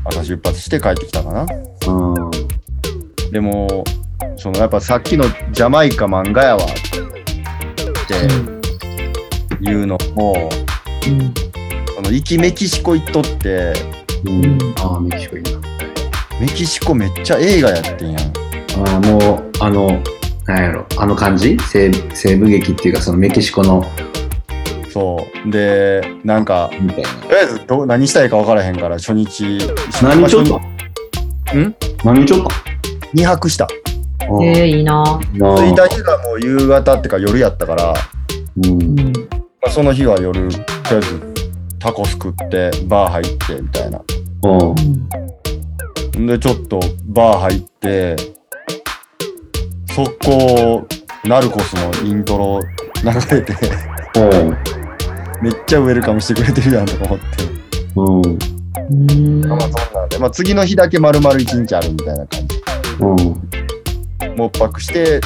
[SPEAKER 4] 朝出発して帰ってきたかな。
[SPEAKER 2] うん。
[SPEAKER 4] でも、そのやっぱさっきのジャマイカ漫画やわっていうのも、
[SPEAKER 3] うん
[SPEAKER 4] その行きメキシコ行っとって、
[SPEAKER 2] うん。ああ、メキシコいいな。
[SPEAKER 4] メキシコめっちゃ映画やってんやん。
[SPEAKER 2] ああ、もう、あの、なんやろ、あの感じ西部西部劇っていうか、そのメキシコの、
[SPEAKER 4] そう。で、なんか、
[SPEAKER 2] みたいな。
[SPEAKER 4] とりあえずど何したいか分からへんから、初日、
[SPEAKER 2] 何ちょっ
[SPEAKER 4] まあ
[SPEAKER 2] と
[SPEAKER 4] ん
[SPEAKER 2] 何ちょっ
[SPEAKER 4] 初日 ?2 泊した。
[SPEAKER 2] とうん
[SPEAKER 3] えー、いいな。
[SPEAKER 2] なあ
[SPEAKER 4] 着いた日がもう夕方ってか夜やったから、
[SPEAKER 2] うん。
[SPEAKER 4] まあ、その日は夜、とりあえずタコすくって、バー入ってみたいな。
[SPEAKER 2] うん。
[SPEAKER 4] んで、ちょっとバー入って、速攻、ナルコスのイントロ流れて、 めっちゃウェルカムしてくれてるやんとか思って。
[SPEAKER 2] うん。
[SPEAKER 3] うん。
[SPEAKER 4] まあ、そうなんで、まあ、次の日だけ丸々一日あるみたいな感じ。
[SPEAKER 2] う
[SPEAKER 4] もう一泊して、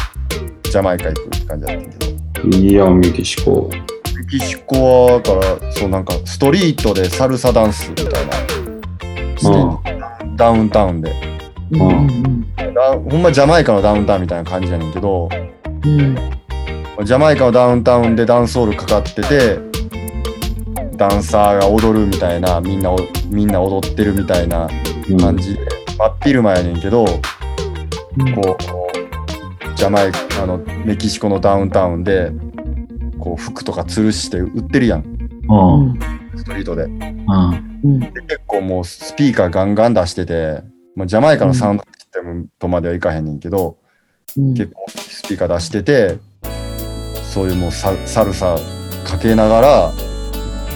[SPEAKER 4] ジャマイカ行くって感じだったんだけど。
[SPEAKER 2] ん。いいやん、メキシコ。
[SPEAKER 4] メキシコは、だから、そうなんか、ストリートでサルサダンスみたいな。してダウンタウンで。
[SPEAKER 3] うんうん
[SPEAKER 4] ダウンほんまジャマイカのダウンタウンみたいな感じやねんけど、
[SPEAKER 3] うん
[SPEAKER 4] ジャマイカのダウンタウンでダンスホールかかってて、ダンサーが踊るみたいな、みんなお、みんな踊ってるみたいな
[SPEAKER 2] うん。
[SPEAKER 4] 感じで、真っ昼間やねんけど、
[SPEAKER 3] うん
[SPEAKER 4] こう、ジャマイカ、あの、メキシコのダウンタウンで、こう、服とか吊るして売ってるやん、
[SPEAKER 2] うん。うん。
[SPEAKER 4] ストリートで。
[SPEAKER 3] うん
[SPEAKER 4] で結構もうスピーカーガンガン出してて、まあ、ジャマイカのサウンドシステムとまではいかへんねんけど、
[SPEAKER 3] うん
[SPEAKER 4] 結構スピーカー出しててそういうもうササルサかけながら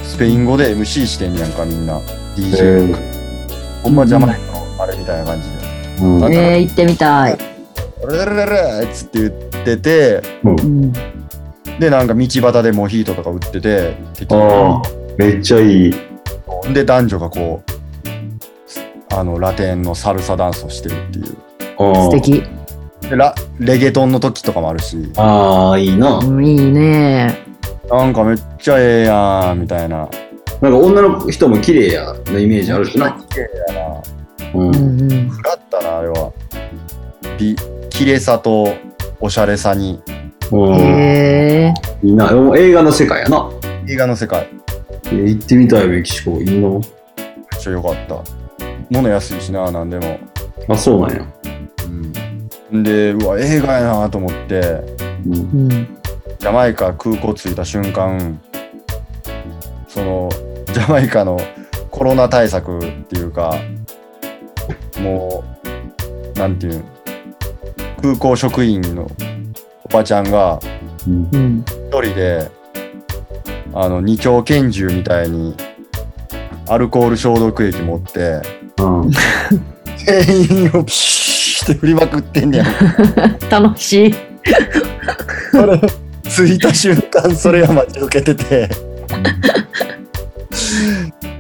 [SPEAKER 4] スペイン語で MC してんねやんかみんな DJ ほんまジャマイカのあれみたいな感じで
[SPEAKER 2] うん。
[SPEAKER 4] なんか
[SPEAKER 3] えー、行ってみたい。
[SPEAKER 4] 「レレレレ」っつって言ってて
[SPEAKER 3] うん
[SPEAKER 4] でなんか道端でモヒートとか売ってて適
[SPEAKER 2] ああ
[SPEAKER 4] 当、
[SPEAKER 2] めっちゃいい。
[SPEAKER 4] にで男女がこうあのラテンのサルサダンスをしてるっていう
[SPEAKER 3] 素。
[SPEAKER 2] 素
[SPEAKER 3] 敵。
[SPEAKER 4] でラレゲトンの時とかもあるし
[SPEAKER 2] ああ、いいな。
[SPEAKER 3] うんいいね。
[SPEAKER 4] なんかめっちゃええやんみたいな
[SPEAKER 2] なんか女の人も綺麗やのイメージあるしな。
[SPEAKER 4] 綺麗やな
[SPEAKER 2] うん。
[SPEAKER 3] うんうん
[SPEAKER 4] だったなあれは美綺麗さとおしゃれさに
[SPEAKER 2] うん。
[SPEAKER 3] へえ。
[SPEAKER 2] いいな。でも映画の世界やな。
[SPEAKER 4] 映画の世界
[SPEAKER 2] え行ってみたい、メキシコ。いいな。
[SPEAKER 4] めっちゃ良かった物安いしな何でも、
[SPEAKER 2] あ、そうなんや。
[SPEAKER 4] うん、でうわ映画やなと思って
[SPEAKER 2] うん。
[SPEAKER 3] うん
[SPEAKER 4] ジャマイカ空港着いた瞬間そのジャマイカのコロナ対策っていうかもうなんていうん空港職員のおばちゃんが
[SPEAKER 2] うん。
[SPEAKER 3] うん
[SPEAKER 4] 一人で、あの、二丁拳銃みたいに、アルコール消毒液持って、
[SPEAKER 2] うん。
[SPEAKER 4] 全員をピシーって振りまくってんねやん。
[SPEAKER 3] 楽しい。
[SPEAKER 4] それ、着いた瞬間、それが待ち受けてて。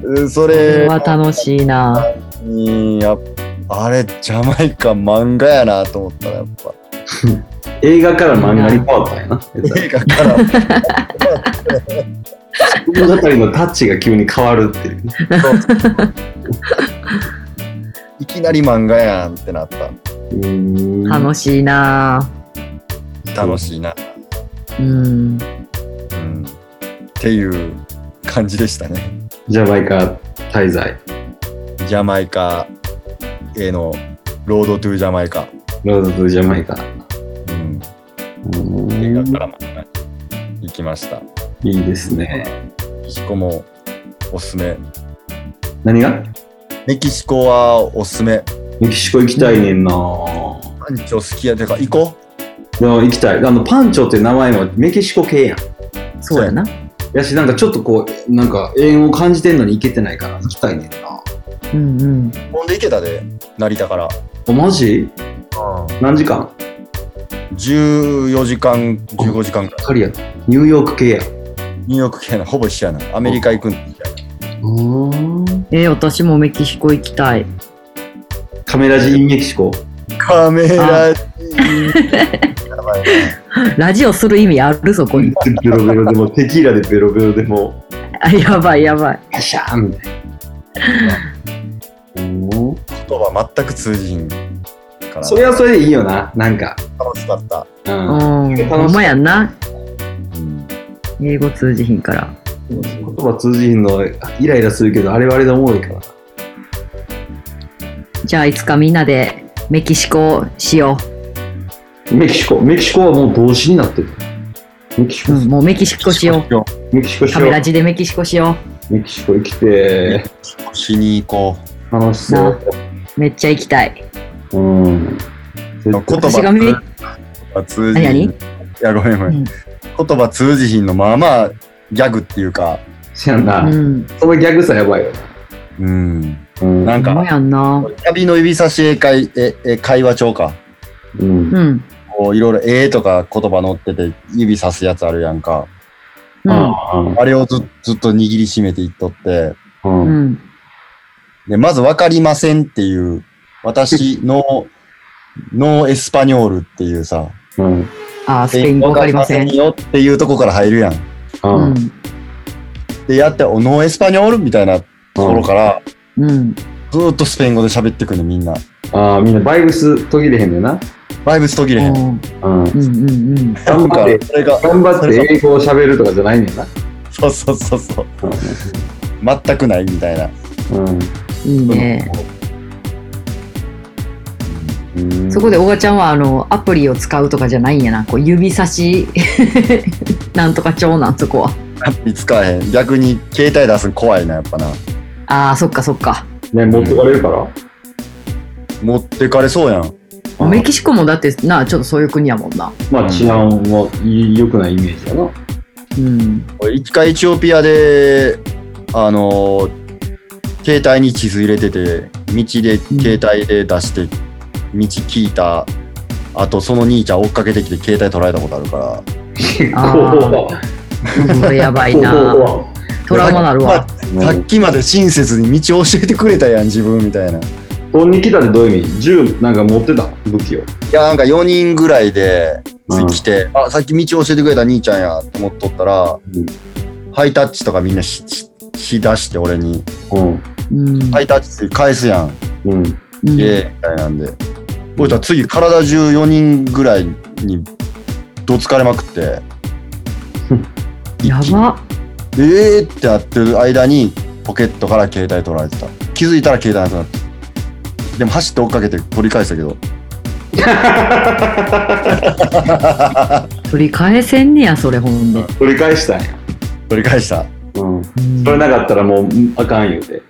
[SPEAKER 4] うん そ
[SPEAKER 3] これ
[SPEAKER 4] れ
[SPEAKER 3] は楽しいな。
[SPEAKER 4] にやっぱあれ、ジャマイカ漫画やなと思ったら、やっぱ。
[SPEAKER 2] 映画から漫画に変わったんやな。
[SPEAKER 4] 映画 から、
[SPEAKER 2] 物語のタッチが急に変わるっていう。
[SPEAKER 4] いきなり漫画やんってなった。
[SPEAKER 2] うん。
[SPEAKER 3] 楽しいな。
[SPEAKER 4] 楽しいな。
[SPEAKER 3] うん。
[SPEAKER 4] うん。っていう感じでしたね。
[SPEAKER 2] ジャマイカ滞在。
[SPEAKER 4] ジャマイカへのロードトゥジャマイカ。
[SPEAKER 2] ロードトゥジャマイカ。
[SPEAKER 4] うん。
[SPEAKER 2] うん
[SPEAKER 4] 映画から行きました。
[SPEAKER 2] いいですね。
[SPEAKER 4] メキシコもおすすめ。
[SPEAKER 2] 何が
[SPEAKER 4] メキシコはおすすめ。
[SPEAKER 2] メキシコ行きたいねんな。
[SPEAKER 4] パンチョ好きやてか、行こ
[SPEAKER 2] でも行きたい。あの、パンチョって名前もメキシコ系やん。
[SPEAKER 3] そうやな。
[SPEAKER 2] やし、なんかちょっとこう、なんか永遠を感じてんのに行けてないから行きたいねんな。
[SPEAKER 3] うんうん。
[SPEAKER 4] う。ほんで行けたで、成田から。
[SPEAKER 2] お、マジ何時間
[SPEAKER 4] 14時間、15時間ぐらい。
[SPEAKER 2] カリや。ニューヨーク系や。
[SPEAKER 4] ニューヨーク系な、ほぼ一緒やな。アメリカ行くんや
[SPEAKER 2] うん。
[SPEAKER 3] えー、私もメキシコ行きたい。
[SPEAKER 2] カメラジインメキシコ。
[SPEAKER 4] カメラ
[SPEAKER 3] ラ
[SPEAKER 4] やばい
[SPEAKER 3] ラジオする意味あるそこに。
[SPEAKER 2] ベロベロでも、テキーラでベロベロでも、
[SPEAKER 3] あやばいやばい。
[SPEAKER 2] パシャーンみたいな。う
[SPEAKER 4] 葉全く通じひんから
[SPEAKER 2] それはそれでいいよな、なんか。
[SPEAKER 4] 楽しかった、
[SPEAKER 2] うん。
[SPEAKER 3] うんほんまやんな
[SPEAKER 4] うん、
[SPEAKER 3] 英語通じひんから
[SPEAKER 2] 言葉通じひんのイライラするけど、あれはあれでおもろいから。
[SPEAKER 3] じゃあいつかみんなでメキシコをしよ
[SPEAKER 2] メキシコ、メキシコはもう同時になってる。メキシ
[SPEAKER 3] う、
[SPEAKER 2] コ、
[SPEAKER 3] うん、もうメキシコしよ
[SPEAKER 2] メキシコ
[SPEAKER 3] う
[SPEAKER 2] し
[SPEAKER 3] カ
[SPEAKER 2] よ
[SPEAKER 3] メラ地でメキシコしよ
[SPEAKER 2] う。メキシコ行きて
[SPEAKER 4] しに行こう
[SPEAKER 2] ー、楽しそう。
[SPEAKER 3] うめっちゃ行きたい
[SPEAKER 2] うん。
[SPEAKER 4] 言葉
[SPEAKER 3] 私がみ
[SPEAKER 4] 言葉通じひん
[SPEAKER 3] 何
[SPEAKER 4] いやごめんごめん、
[SPEAKER 3] うん
[SPEAKER 4] 言葉通じひんのまあまあギャグっていうか
[SPEAKER 2] せやんな、
[SPEAKER 3] うん
[SPEAKER 2] そのギャグさやばいよ
[SPEAKER 4] うん
[SPEAKER 2] な。うん
[SPEAKER 4] なん
[SPEAKER 3] ほんま
[SPEAKER 4] か
[SPEAKER 3] やんな
[SPEAKER 4] 旅の指差し絵会ええ会話帳か
[SPEAKER 2] うん
[SPEAKER 3] うん
[SPEAKER 4] こういろいろ「えー」とか言葉載ってて指さすやつあるやんか
[SPEAKER 3] うん
[SPEAKER 4] あれをずずっと握りしめていっとって
[SPEAKER 2] うん
[SPEAKER 3] う
[SPEAKER 2] うん
[SPEAKER 3] ん
[SPEAKER 4] でまず「分かりません」っていう私の 「ノーエスパニョール」っていうさ
[SPEAKER 2] うん
[SPEAKER 3] あースペイン語わかりません
[SPEAKER 4] わかりよっていうとこから入るやん
[SPEAKER 3] う
[SPEAKER 2] うんん
[SPEAKER 4] でやって「おノーエスパニョール」みたいなところから
[SPEAKER 3] うん
[SPEAKER 4] ずーっとスペイン語で喋ってくるねみんな
[SPEAKER 2] ああみんなバイブス途切れへんねんな。
[SPEAKER 4] バイブス途切れへん
[SPEAKER 2] うん
[SPEAKER 3] うんうんうん
[SPEAKER 4] な
[SPEAKER 2] 頑
[SPEAKER 4] んか
[SPEAKER 2] 張って
[SPEAKER 4] それが
[SPEAKER 2] 頑張って英語を喋るとかじゃないねんな。
[SPEAKER 4] そうそうそうそう全くないみたいな
[SPEAKER 3] うんいいね
[SPEAKER 2] うん
[SPEAKER 3] そこでおがちゃんはあのアプリを使うとかじゃないんやなこう指差し なんとか長男そこは
[SPEAKER 4] 見つかへん逆に携帯出すの怖いなやっぱな
[SPEAKER 3] あーそっかそっか
[SPEAKER 2] ね持ってかれるから。
[SPEAKER 4] 持ってかれそうやん
[SPEAKER 2] あー
[SPEAKER 3] メキシコもだってなちょっとそういう国やもんな
[SPEAKER 2] まあ治安もい良くないイメージやな。
[SPEAKER 3] うん
[SPEAKER 4] 俺一回エチオピアであのー携帯に地図入れてて道で携帯で出して道聞いたあとその兄ちゃん追っかけてきて携帯取られたことあるから
[SPEAKER 2] 結
[SPEAKER 3] あ
[SPEAKER 2] 構
[SPEAKER 3] これやばいなトラウマなるわ
[SPEAKER 4] まあさっきまで親切に道を教えてくれたやん自分みたいない
[SPEAKER 2] 飛んに来たってどういう意味銃なんか持ってた武器を。
[SPEAKER 4] やなんか4人ぐらいで
[SPEAKER 2] うん
[SPEAKER 4] 来て、あさっき道教えてくれた兄ちゃんやと思っとったらハイタッチとかみんなしししだして俺に
[SPEAKER 2] う
[SPEAKER 3] うん
[SPEAKER 2] ん
[SPEAKER 4] ハイタッチ返すやん
[SPEAKER 2] うん
[SPEAKER 3] うん
[SPEAKER 4] イエーイみたいなんで、こいつは次体中4人ぐらいにどつかれまくって
[SPEAKER 3] やば
[SPEAKER 4] えーってなってる間にポケットから携帯取られてた気づいたら携帯なくなったでも走って追っかけて取り返したけど
[SPEAKER 3] 取り返せんねやそれほんで、
[SPEAKER 2] 取り返したんや。
[SPEAKER 4] 取り返した
[SPEAKER 2] うん。そ
[SPEAKER 3] うん
[SPEAKER 2] れなかったらもううんあかん言うて。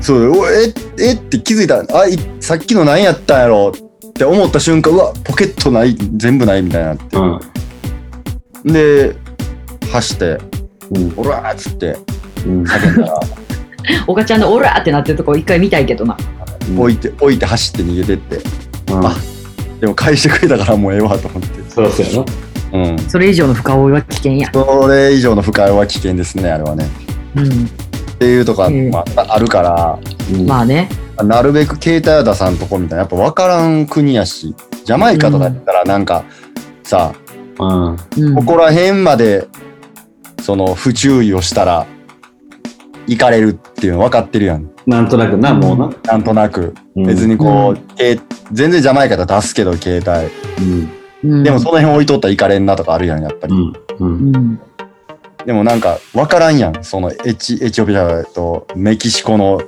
[SPEAKER 4] そうおええって気づいたあいさっきの何やったんやろって思った瞬間うわポケットない全部ないみたいになって
[SPEAKER 2] うん。
[SPEAKER 4] で走って
[SPEAKER 2] うん
[SPEAKER 4] 「おら!」っつって
[SPEAKER 2] うん
[SPEAKER 4] 叫んだら
[SPEAKER 3] おがちゃんのオラーってなってるとこ一回見たいけどな
[SPEAKER 4] 置いて置いて走って逃げてって
[SPEAKER 2] うん
[SPEAKER 4] あでも返してくれたからもうええわと思って。
[SPEAKER 2] そらそうやな。
[SPEAKER 4] うん。
[SPEAKER 3] それ以上の深追いは危険や
[SPEAKER 4] それ以上の不快は危険ですね、あれはね。
[SPEAKER 3] うん
[SPEAKER 4] っていうとか、
[SPEAKER 3] うん
[SPEAKER 4] まあ、あるから、
[SPEAKER 2] うん
[SPEAKER 3] まあね
[SPEAKER 4] なるべく携帯出さんとこみたいな、やっぱ分からん国やし、ジャマイカとかだったらなんか、さ、
[SPEAKER 2] うん
[SPEAKER 3] うん
[SPEAKER 4] ここら辺まで、その、不注意をしたら、行かれるっていうの分かってるやん。
[SPEAKER 2] なんとなくな、もうな。
[SPEAKER 4] なんとなく。
[SPEAKER 2] うん
[SPEAKER 4] 別にこう、え全然ジャマイカだったら出すけど、携帯。
[SPEAKER 2] うん
[SPEAKER 3] うん
[SPEAKER 4] でもその辺置いとったら行かれんなとかあるやん、やっぱり。
[SPEAKER 2] うんうん
[SPEAKER 3] うん
[SPEAKER 4] でもなんか分からんやんそのエチエチオピアとメキシコの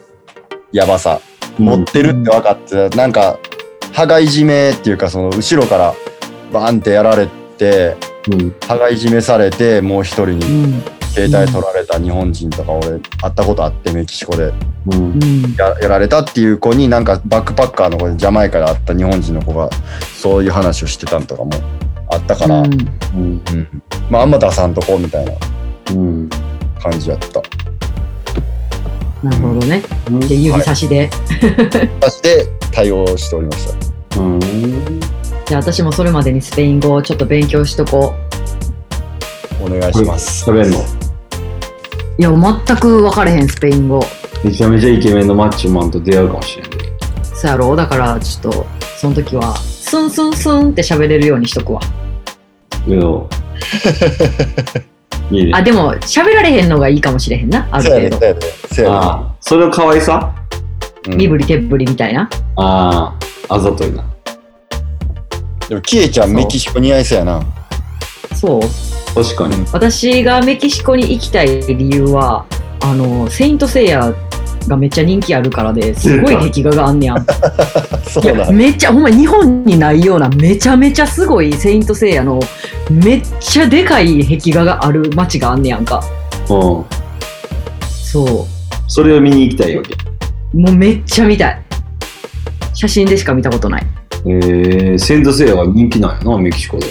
[SPEAKER 4] やばさ持ってるって分かって、なんか羽交い締めっていうかその後ろからバーンってやられて
[SPEAKER 2] うん
[SPEAKER 4] 羽交い締めされてもう一人
[SPEAKER 3] う
[SPEAKER 4] に
[SPEAKER 3] ん
[SPEAKER 4] 携帯取られた日本人とか俺会ったことあってメキシコで
[SPEAKER 2] うん
[SPEAKER 3] うん
[SPEAKER 4] ややられたっていう子になんかバックパッカーの子でジャマイカで会った日本人の子がそういう話をしてたんとかもあったから、
[SPEAKER 3] うん
[SPEAKER 2] うん
[SPEAKER 4] まああんま出さんとこみたいな
[SPEAKER 2] うん
[SPEAKER 4] 感じやった。
[SPEAKER 3] なるほどねで指差しで、
[SPEAKER 4] 出して対応しておりました。
[SPEAKER 2] うん
[SPEAKER 3] じゃあ私もそれまでにスペイン語をちょっと勉強しとこ
[SPEAKER 4] お願いします。
[SPEAKER 2] 喋んの
[SPEAKER 3] ういや全く分かれへんスペイン語
[SPEAKER 2] めちゃめちゃイケメンのマッチョマンと出会うかもしれんね
[SPEAKER 3] そやろだからちょっとその時はスンスンスンって喋れるようにしとくわ
[SPEAKER 2] けどいいね
[SPEAKER 3] あでも喋られへんのがいいかもしれへんなある
[SPEAKER 4] せや
[SPEAKER 3] 程
[SPEAKER 4] で、
[SPEAKER 3] 度
[SPEAKER 4] せやで、せや
[SPEAKER 2] ああそれの可愛さうん
[SPEAKER 3] 身振り手振りみたいな。
[SPEAKER 2] ああ、あざといな。
[SPEAKER 4] でも、キエちゃん、
[SPEAKER 3] そう
[SPEAKER 4] メキシコ似合いそうやな。
[SPEAKER 3] そう。
[SPEAKER 2] 確かに。
[SPEAKER 3] 私がメキシコに行きたい理由は、あの、セイントセイヤがめっちゃ人気あるからですごい壁画があんねやん。
[SPEAKER 4] そ
[SPEAKER 3] いうや
[SPEAKER 4] だ。
[SPEAKER 3] めっちゃほんま日本にないようなめちゃめちゃすごい「セイント・セイヤ」のめっちゃでかい壁画がある街があんねやんか
[SPEAKER 2] うん。
[SPEAKER 3] そ
[SPEAKER 2] それを見に行きたいわけ。
[SPEAKER 3] うもうめっちゃ見たい写真でしか見たことない
[SPEAKER 2] えー、セントセイヤが人気なんやな、メキシコで。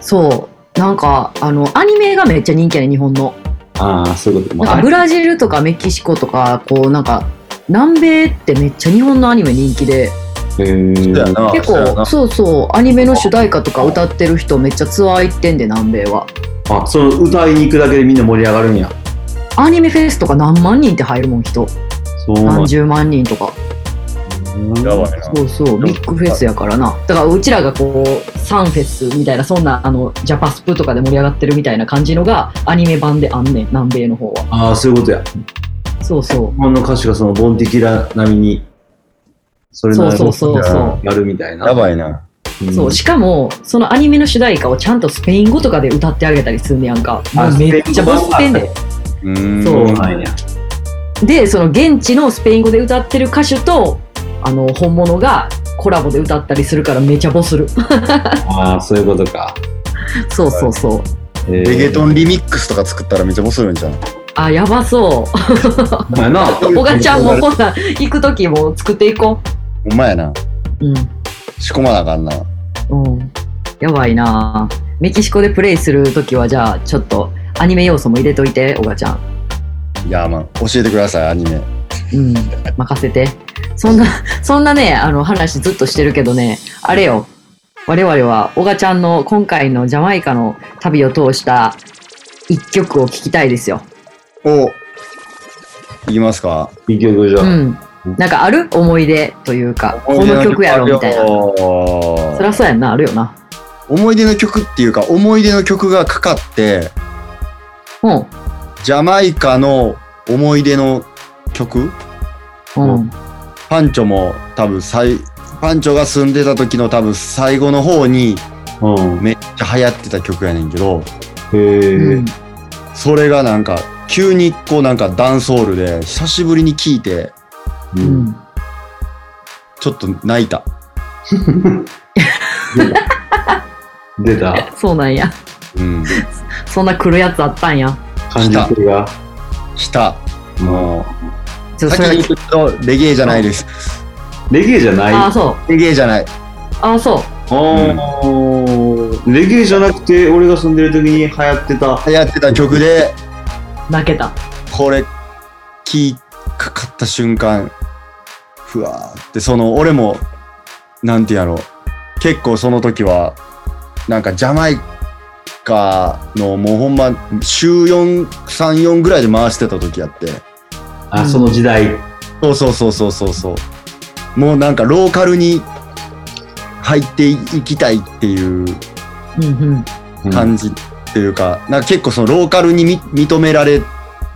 [SPEAKER 3] そうなんかあのアニメがめっちゃ人気やね日本の
[SPEAKER 2] ああ、そういうこと。
[SPEAKER 3] なん
[SPEAKER 2] あ
[SPEAKER 3] かブラジルとかメキシコとかこうなんか南米ってめっちゃ日本のアニメ人気で
[SPEAKER 2] え
[SPEAKER 4] そうや
[SPEAKER 2] ー、
[SPEAKER 4] な
[SPEAKER 3] 結
[SPEAKER 4] そうや
[SPEAKER 3] 構
[SPEAKER 4] な
[SPEAKER 3] そうそうアニメの主題歌とか歌ってる人めっちゃツアー行ってんで南米は
[SPEAKER 2] あ、その歌いに行くだけでみんな盛り上がるんや。
[SPEAKER 3] アニメフェスとか何万人って入るもん人
[SPEAKER 2] そうなん
[SPEAKER 3] 何
[SPEAKER 2] や。
[SPEAKER 3] 十万人とか
[SPEAKER 4] やばいな。
[SPEAKER 3] そうそう、ビッグフェスやからな。だからうちらがこう、サンフェスみたいな、そんな、あの、ジャパスプとかで盛り上がってるみたいな感じのが、アニメ版であんねん、南米の方は。
[SPEAKER 2] ああ、そういうことや。
[SPEAKER 3] そうそ
[SPEAKER 2] 日本の歌手がそのボンティキラ並みに、それなり
[SPEAKER 3] そう
[SPEAKER 2] に
[SPEAKER 3] そう
[SPEAKER 4] そうそう
[SPEAKER 2] やるみたいな。
[SPEAKER 4] やばいな。
[SPEAKER 2] う
[SPEAKER 3] う。
[SPEAKER 2] ん
[SPEAKER 3] そう、しかも、そのアニメの主題歌をちゃんとスペイン語とかで歌ってあげたりすんねやんか。も
[SPEAKER 2] あ
[SPEAKER 3] うめっちゃバズってんね
[SPEAKER 4] うーん。
[SPEAKER 3] そう
[SPEAKER 2] そうなんや。
[SPEAKER 3] ん。で、その現地のスペイン語で歌ってる歌手と、あの、本物がコラボで歌ったりするからめちゃボスる。
[SPEAKER 2] ああ、そういうことか。
[SPEAKER 3] そうそうそう。
[SPEAKER 2] えー
[SPEAKER 4] レゲトンリミックスとか作ったらめっちゃ面白いんじゃん。
[SPEAKER 3] あ、やばそう。
[SPEAKER 2] お前な。
[SPEAKER 3] 小賀ちゃんもほら、行く時も作っていこ
[SPEAKER 4] ほんまやな。
[SPEAKER 3] う。うん。
[SPEAKER 4] 仕込まなあかんな。
[SPEAKER 3] うん。やばいなぁメキシコでプレイするときは、じゃあ、ちょっと、アニメ要素も入れといて、小賀ちゃん。
[SPEAKER 4] いやーまあ、教えてください、アニメ。
[SPEAKER 3] うん。任せて。そんな、 そんなね、あの、話ずっとしてるけどね、あれよ。我々は、小賀ちゃんの今回のジャマイカの旅を通した一曲を聞きたいですよ。
[SPEAKER 4] お言いますか
[SPEAKER 2] 一曲じゃ。
[SPEAKER 3] うんん。なんかある思い出というか、この曲やろ、みたいな。そりゃ
[SPEAKER 4] な。
[SPEAKER 3] そうやんな、あるよな。
[SPEAKER 4] 思い出の曲っていうか、思い出の曲がかかって、
[SPEAKER 3] うん。
[SPEAKER 4] ジャマイカの思い出の曲
[SPEAKER 3] うん。
[SPEAKER 4] パンチョも多分最、パンチョが住んでた時の多分最後の方に
[SPEAKER 2] うん。
[SPEAKER 4] めっちゃ流行ってた曲やねんけど、
[SPEAKER 2] へ
[SPEAKER 3] う
[SPEAKER 2] え
[SPEAKER 3] ん。
[SPEAKER 4] それがなんか、急にこうなんかダンスホールで久しぶりに聴いて、
[SPEAKER 3] う
[SPEAKER 2] う。
[SPEAKER 3] んん。
[SPEAKER 4] ちょっと泣いた。
[SPEAKER 2] 出た。
[SPEAKER 3] そうなんや。
[SPEAKER 4] うん。
[SPEAKER 3] そんな来るやつあったんや。
[SPEAKER 2] 感じてるが。
[SPEAKER 4] した。
[SPEAKER 2] もう
[SPEAKER 3] ちょっと
[SPEAKER 4] 先
[SPEAKER 3] それ
[SPEAKER 4] に言うと、レゲエじゃないです。
[SPEAKER 2] レゲエじゃない。
[SPEAKER 3] ああ、そう。
[SPEAKER 4] レゲエじゃない。
[SPEAKER 3] ああ、そう。
[SPEAKER 2] あーレゲエじゃなくて、俺が住んでる時に流行ってた。
[SPEAKER 4] 流行ってた曲で、
[SPEAKER 3] 泣けた。
[SPEAKER 4] これ、聴いかかった瞬間、ふわーって、その、俺も、なんていうんやろう。結構その時は、なんかジャマイカのもうほんま、週4、3、4ぐらいで回してた時やって。
[SPEAKER 2] あ、その時代。
[SPEAKER 4] そうそうそうそうそうそう。もうなんかローカルに入っていきたいっていう
[SPEAKER 3] うんうん。
[SPEAKER 4] 感じっていうか、なんか結構そのローカルにみ認められ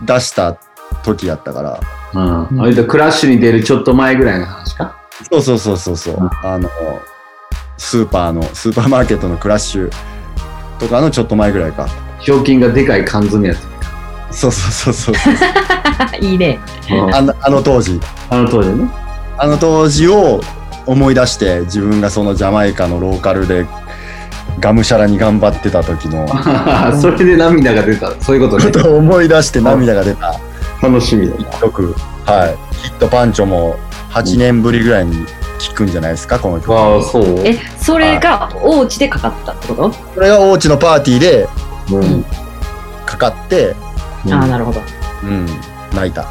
[SPEAKER 4] 出した時やったから。
[SPEAKER 2] うん。あれとクラッシュに出るちょっと前ぐらいの話か。
[SPEAKER 4] そうそうそうそうそう。
[SPEAKER 2] うん
[SPEAKER 4] あの、スーパーの、スーパーマーケットのクラッシュとかのちょっと前ぐらいか。
[SPEAKER 2] ひょうきんがでかい缶詰やつ。
[SPEAKER 4] そうそうそう そう。
[SPEAKER 3] いいね。
[SPEAKER 2] うん
[SPEAKER 4] あのあの当時。
[SPEAKER 2] あの当時ね。
[SPEAKER 4] あの当時を思い出して、自分がそのジャマイカのローカルで、がむしゃらに頑張ってた時 の
[SPEAKER 2] それで涙が出た。そういうこと
[SPEAKER 4] こ
[SPEAKER 2] ね。
[SPEAKER 4] とを思い出して涙が出た
[SPEAKER 2] 楽しみだな。
[SPEAKER 4] 曲。はい。きっとパンチョも8年ぶりぐらいに聴くんじゃないですか、この曲。
[SPEAKER 2] ああ、そう。
[SPEAKER 3] え、それがお家でかかったってこと、
[SPEAKER 4] これがおうちのパーティーで
[SPEAKER 2] うん。
[SPEAKER 4] かかって、
[SPEAKER 2] うん
[SPEAKER 3] ああ、なるほど。
[SPEAKER 4] うん、泣いた。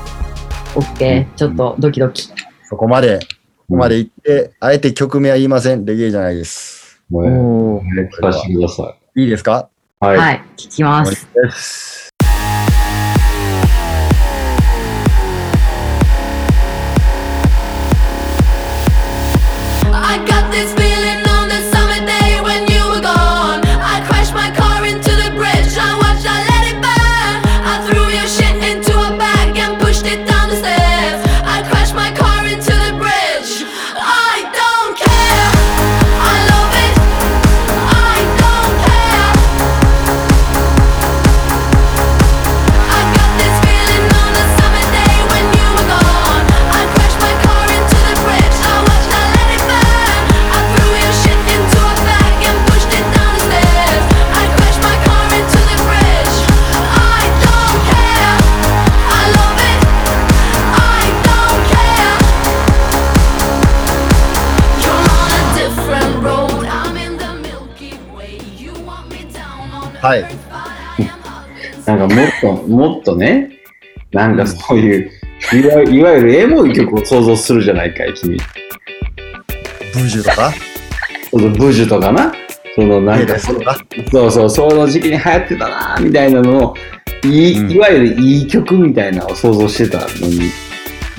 [SPEAKER 3] オッケー。ちょっとドキドキ。
[SPEAKER 4] そこまで、ここまで行って、あえて曲名は言いません。レゲエじゃないです。
[SPEAKER 2] もうええ
[SPEAKER 3] おお。
[SPEAKER 2] 聞かせてくださ
[SPEAKER 4] いいですか
[SPEAKER 2] い。はい。
[SPEAKER 3] はい。聞きます。
[SPEAKER 4] です。
[SPEAKER 5] I got this feeling on the summer day when you were gone. I crashed my car into the bridge. I watched, I let it burn. I threw your shit into a bag and pushed it down the stairs. I crashed my car into
[SPEAKER 4] はい。
[SPEAKER 2] なんかもっと、もっとね、なんかそういう、いわいわゆるエモい曲を想像するじゃないかい、君。
[SPEAKER 4] ブージュと か、
[SPEAKER 2] そのブジュとかな、そのな
[SPEAKER 4] レー
[SPEAKER 2] ん
[SPEAKER 4] ダ
[SPEAKER 2] か
[SPEAKER 4] ー、スとか。
[SPEAKER 2] そうそう、その時期に流行ってたなーみたいなのを、いい,、
[SPEAKER 4] うん
[SPEAKER 2] いわゆるいい曲みたいなのを想像してたのに。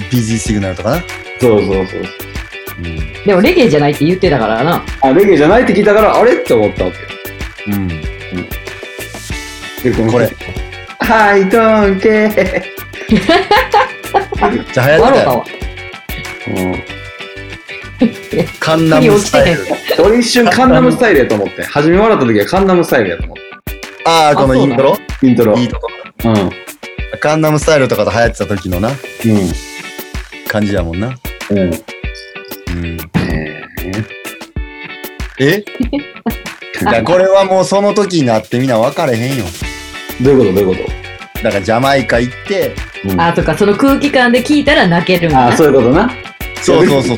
[SPEAKER 4] ビジーシグナルとかな。
[SPEAKER 2] そうそうそう。
[SPEAKER 3] でもレゲエじゃないって言ってたからな。
[SPEAKER 2] あ、レゲエじゃないって聞いたから、あれって思ったわ
[SPEAKER 4] うん。
[SPEAKER 2] け。で、この
[SPEAKER 4] これ。
[SPEAKER 2] はい、ドンケ
[SPEAKER 4] じゃあ
[SPEAKER 3] 笑
[SPEAKER 4] 流行って
[SPEAKER 3] う
[SPEAKER 4] た
[SPEAKER 3] た
[SPEAKER 4] よ。
[SPEAKER 3] わ。
[SPEAKER 2] ー。うん。
[SPEAKER 4] カンナムスタイル。
[SPEAKER 2] 俺一瞬カンナムスタイルやと思って。初め笑った時はカンナムスタイルやと思っ
[SPEAKER 4] ああ、このイントロ
[SPEAKER 2] て。イントロ。
[SPEAKER 4] いいとこ。
[SPEAKER 2] うん。う
[SPEAKER 4] カンナムスタイルとかと流行ってた時のな、
[SPEAKER 2] ん。
[SPEAKER 4] 感じやもんな。
[SPEAKER 2] うん。
[SPEAKER 4] うん。
[SPEAKER 2] えー
[SPEAKER 4] えいやこれはもうその時になってみんな分かれへんよ。
[SPEAKER 2] どういうことどういうこ
[SPEAKER 4] だからジャマイカ行って、
[SPEAKER 2] と、うん、
[SPEAKER 3] あ、とか、その空気感で聞いたら泣けるんだ
[SPEAKER 2] あ、
[SPEAKER 3] な。
[SPEAKER 2] そういうことな。
[SPEAKER 4] そうそうそう。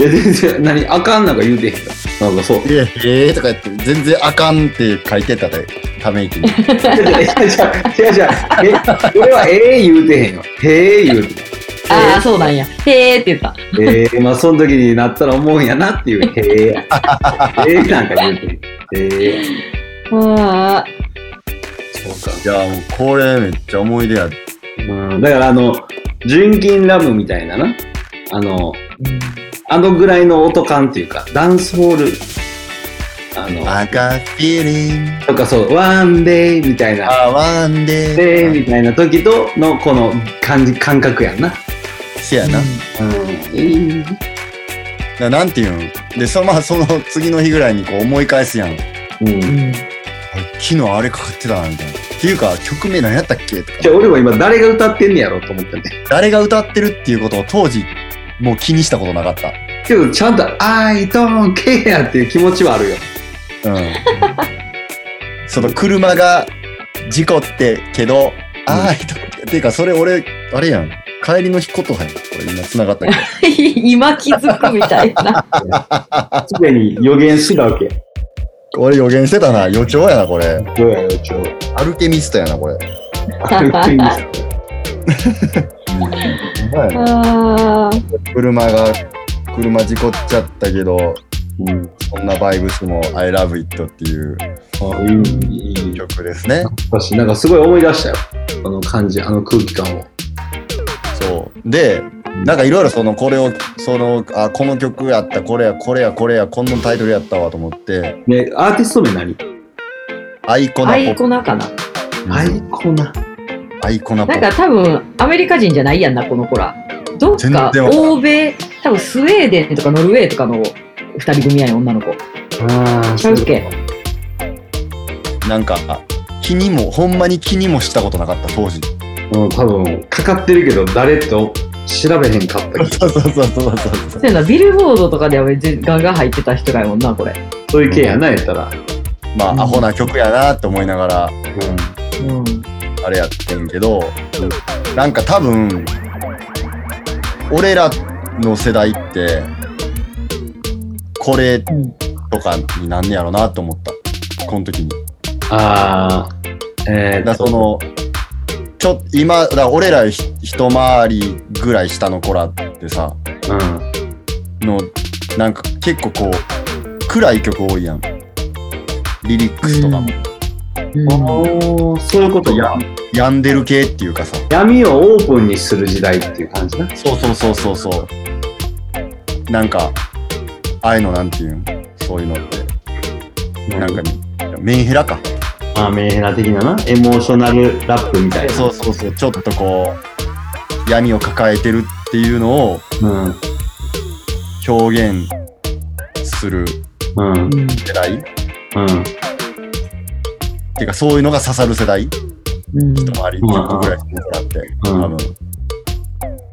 [SPEAKER 2] いや、全然、何、あかんなんか言うてへんから。なんかそう。
[SPEAKER 4] ええーとか言って、全然あかんって書いてたで、ため息に。
[SPEAKER 2] 違う違う違う違う違うえ俺はええ言うてへんよへえ言うて
[SPEAKER 3] ああ、そうなんや。へーって言った。
[SPEAKER 2] ええまあその時になったら思うんやなっていうへえやへえなんか言うてへんへえ
[SPEAKER 3] あー
[SPEAKER 2] そう
[SPEAKER 4] いや、もうこれめっちゃ思い出や。
[SPEAKER 2] か、うん、だからあの純金ラムみたいななあのあのぐらいの音感っていうかダンスホールあの
[SPEAKER 4] あかフィーリング、
[SPEAKER 2] とかそうワンデイみたいな
[SPEAKER 4] あわん
[SPEAKER 2] デイ
[SPEAKER 4] で、
[SPEAKER 2] みたいな時とのこの感じ感覚やんな
[SPEAKER 4] せやな。
[SPEAKER 2] うんいい
[SPEAKER 4] ななんていうんで、そまあ、その次の日ぐらいにこう思い返すやん。あ
[SPEAKER 2] うん
[SPEAKER 3] うん
[SPEAKER 4] 昨日あれかかってたな、みたいな。っていうか、曲名何やったっけとか
[SPEAKER 2] じゃあ俺も今誰が歌ってんねやろうと思ってね
[SPEAKER 4] 誰が歌ってるっていうことを当時、もう気にしたことなかった。
[SPEAKER 2] けどちゃんと「I don't care」っていう気持ちはあるよ。
[SPEAKER 4] うん。その車が事故ってけど、ああ、人っていうか、それ俺、あれやん。帰りの日ことはやん。これ今繋がったけど。
[SPEAKER 3] 今気づくみたいな。
[SPEAKER 2] すでに予言してたわけ。
[SPEAKER 4] 俺予言してたな。予兆やな、これ。
[SPEAKER 2] どうやろう、ちょ
[SPEAKER 4] アルケミストやな、これ。ほんまやな
[SPEAKER 3] あ
[SPEAKER 4] 車が、車事故っちゃったけど、
[SPEAKER 2] うん。
[SPEAKER 4] そんなバイブスも I love it っていう
[SPEAKER 2] あ、いい、いいよ。
[SPEAKER 4] 曲ですね。
[SPEAKER 2] 私、なんかすごい思い出したよ。あの感じ、あの空気感を。
[SPEAKER 4] そう。で、なんかいろいろその、これを、その、あ、この曲やった、これや、これや、これや、こんなタイトルやったわと思って、
[SPEAKER 2] ね、アーティスト名何
[SPEAKER 4] アイコ
[SPEAKER 3] あ、
[SPEAKER 4] ナ
[SPEAKER 3] ア
[SPEAKER 4] ポ
[SPEAKER 3] イ
[SPEAKER 4] ップ
[SPEAKER 3] コナかな。
[SPEAKER 2] アイコナ。
[SPEAKER 4] アイコナポ
[SPEAKER 3] なん
[SPEAKER 4] ップ
[SPEAKER 3] か多分、アメリカ人じゃないやんな、この子ら。どっ
[SPEAKER 4] 全然
[SPEAKER 3] か
[SPEAKER 4] わからん
[SPEAKER 3] 欧米、多分スウェーデンとかノルウェーとかの二人組やん、女の子。
[SPEAKER 2] ああ、
[SPEAKER 3] ちゃうっけ
[SPEAKER 4] なんか、あ気にも、ほんまに気にもしたことなかった、当時。
[SPEAKER 2] うん、多分、かかってるけど、誰と調べへんかったけど、
[SPEAKER 4] そうそうそうそうそう。
[SPEAKER 3] そうやな、ビルボードとかでは別にガンガン入ってた人がやもんな、これ。
[SPEAKER 2] そういう系やな、やったら。
[SPEAKER 4] ま
[SPEAKER 3] うん
[SPEAKER 4] あ、アホな曲やなって思いながら、
[SPEAKER 2] う
[SPEAKER 3] うん。
[SPEAKER 4] あれやってんけど、なんか多分、俺らの世代って、これとかになんねやろなと思った。この時に。
[SPEAKER 2] ん。ああ、え
[SPEAKER 4] だからそ、の、ちょ、今、だから俺らよりひ一回りぐらい下の子らってさ、
[SPEAKER 2] うん。
[SPEAKER 4] のなんか結構こう暗い曲多いやんリリックスとかも、
[SPEAKER 3] うん
[SPEAKER 2] おーそういうことや。
[SPEAKER 4] 病んでる系っていうかさ
[SPEAKER 2] 闇をオープンにする時代っていう感じな。
[SPEAKER 4] そうそうそうそうそうなんかああいうのなんていうんそういうのってなんか、メンヘラか
[SPEAKER 2] まあ、メンヘラ的なな、エモーショナルラップみたいな。
[SPEAKER 4] そうそうそうちょっとこう闇を抱えてるっていうのを
[SPEAKER 2] うん。
[SPEAKER 4] 表現する
[SPEAKER 2] うん。うん。
[SPEAKER 3] うん
[SPEAKER 4] 世代っていうかそういうのが刺さる世代
[SPEAKER 3] うん
[SPEAKER 4] 一回り10個ぐらいしてもらって、
[SPEAKER 2] うん
[SPEAKER 4] 多分。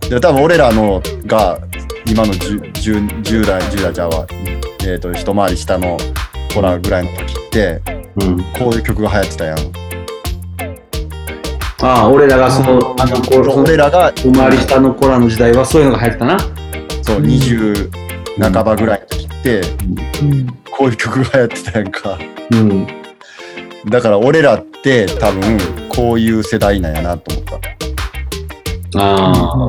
[SPEAKER 4] で、多分俺らのが、今の 10, 10, 10代、10代ちゃうわ、えっ、と、一回り下の子らぐらいの時って、
[SPEAKER 2] うん。
[SPEAKER 4] こういう曲が流行ってたやん。
[SPEAKER 2] ああ、俺らがその、あの、こ
[SPEAKER 4] 俺らが、
[SPEAKER 2] 生まれ下の子らの時代はそういうのが流行ってたな。
[SPEAKER 4] そう、20半ばぐらいの時って、
[SPEAKER 3] うん
[SPEAKER 4] こういう曲が流行ってたやんか。
[SPEAKER 2] うん。
[SPEAKER 4] だから俺らって多分こういう世代なんやなと思った。
[SPEAKER 2] ああ。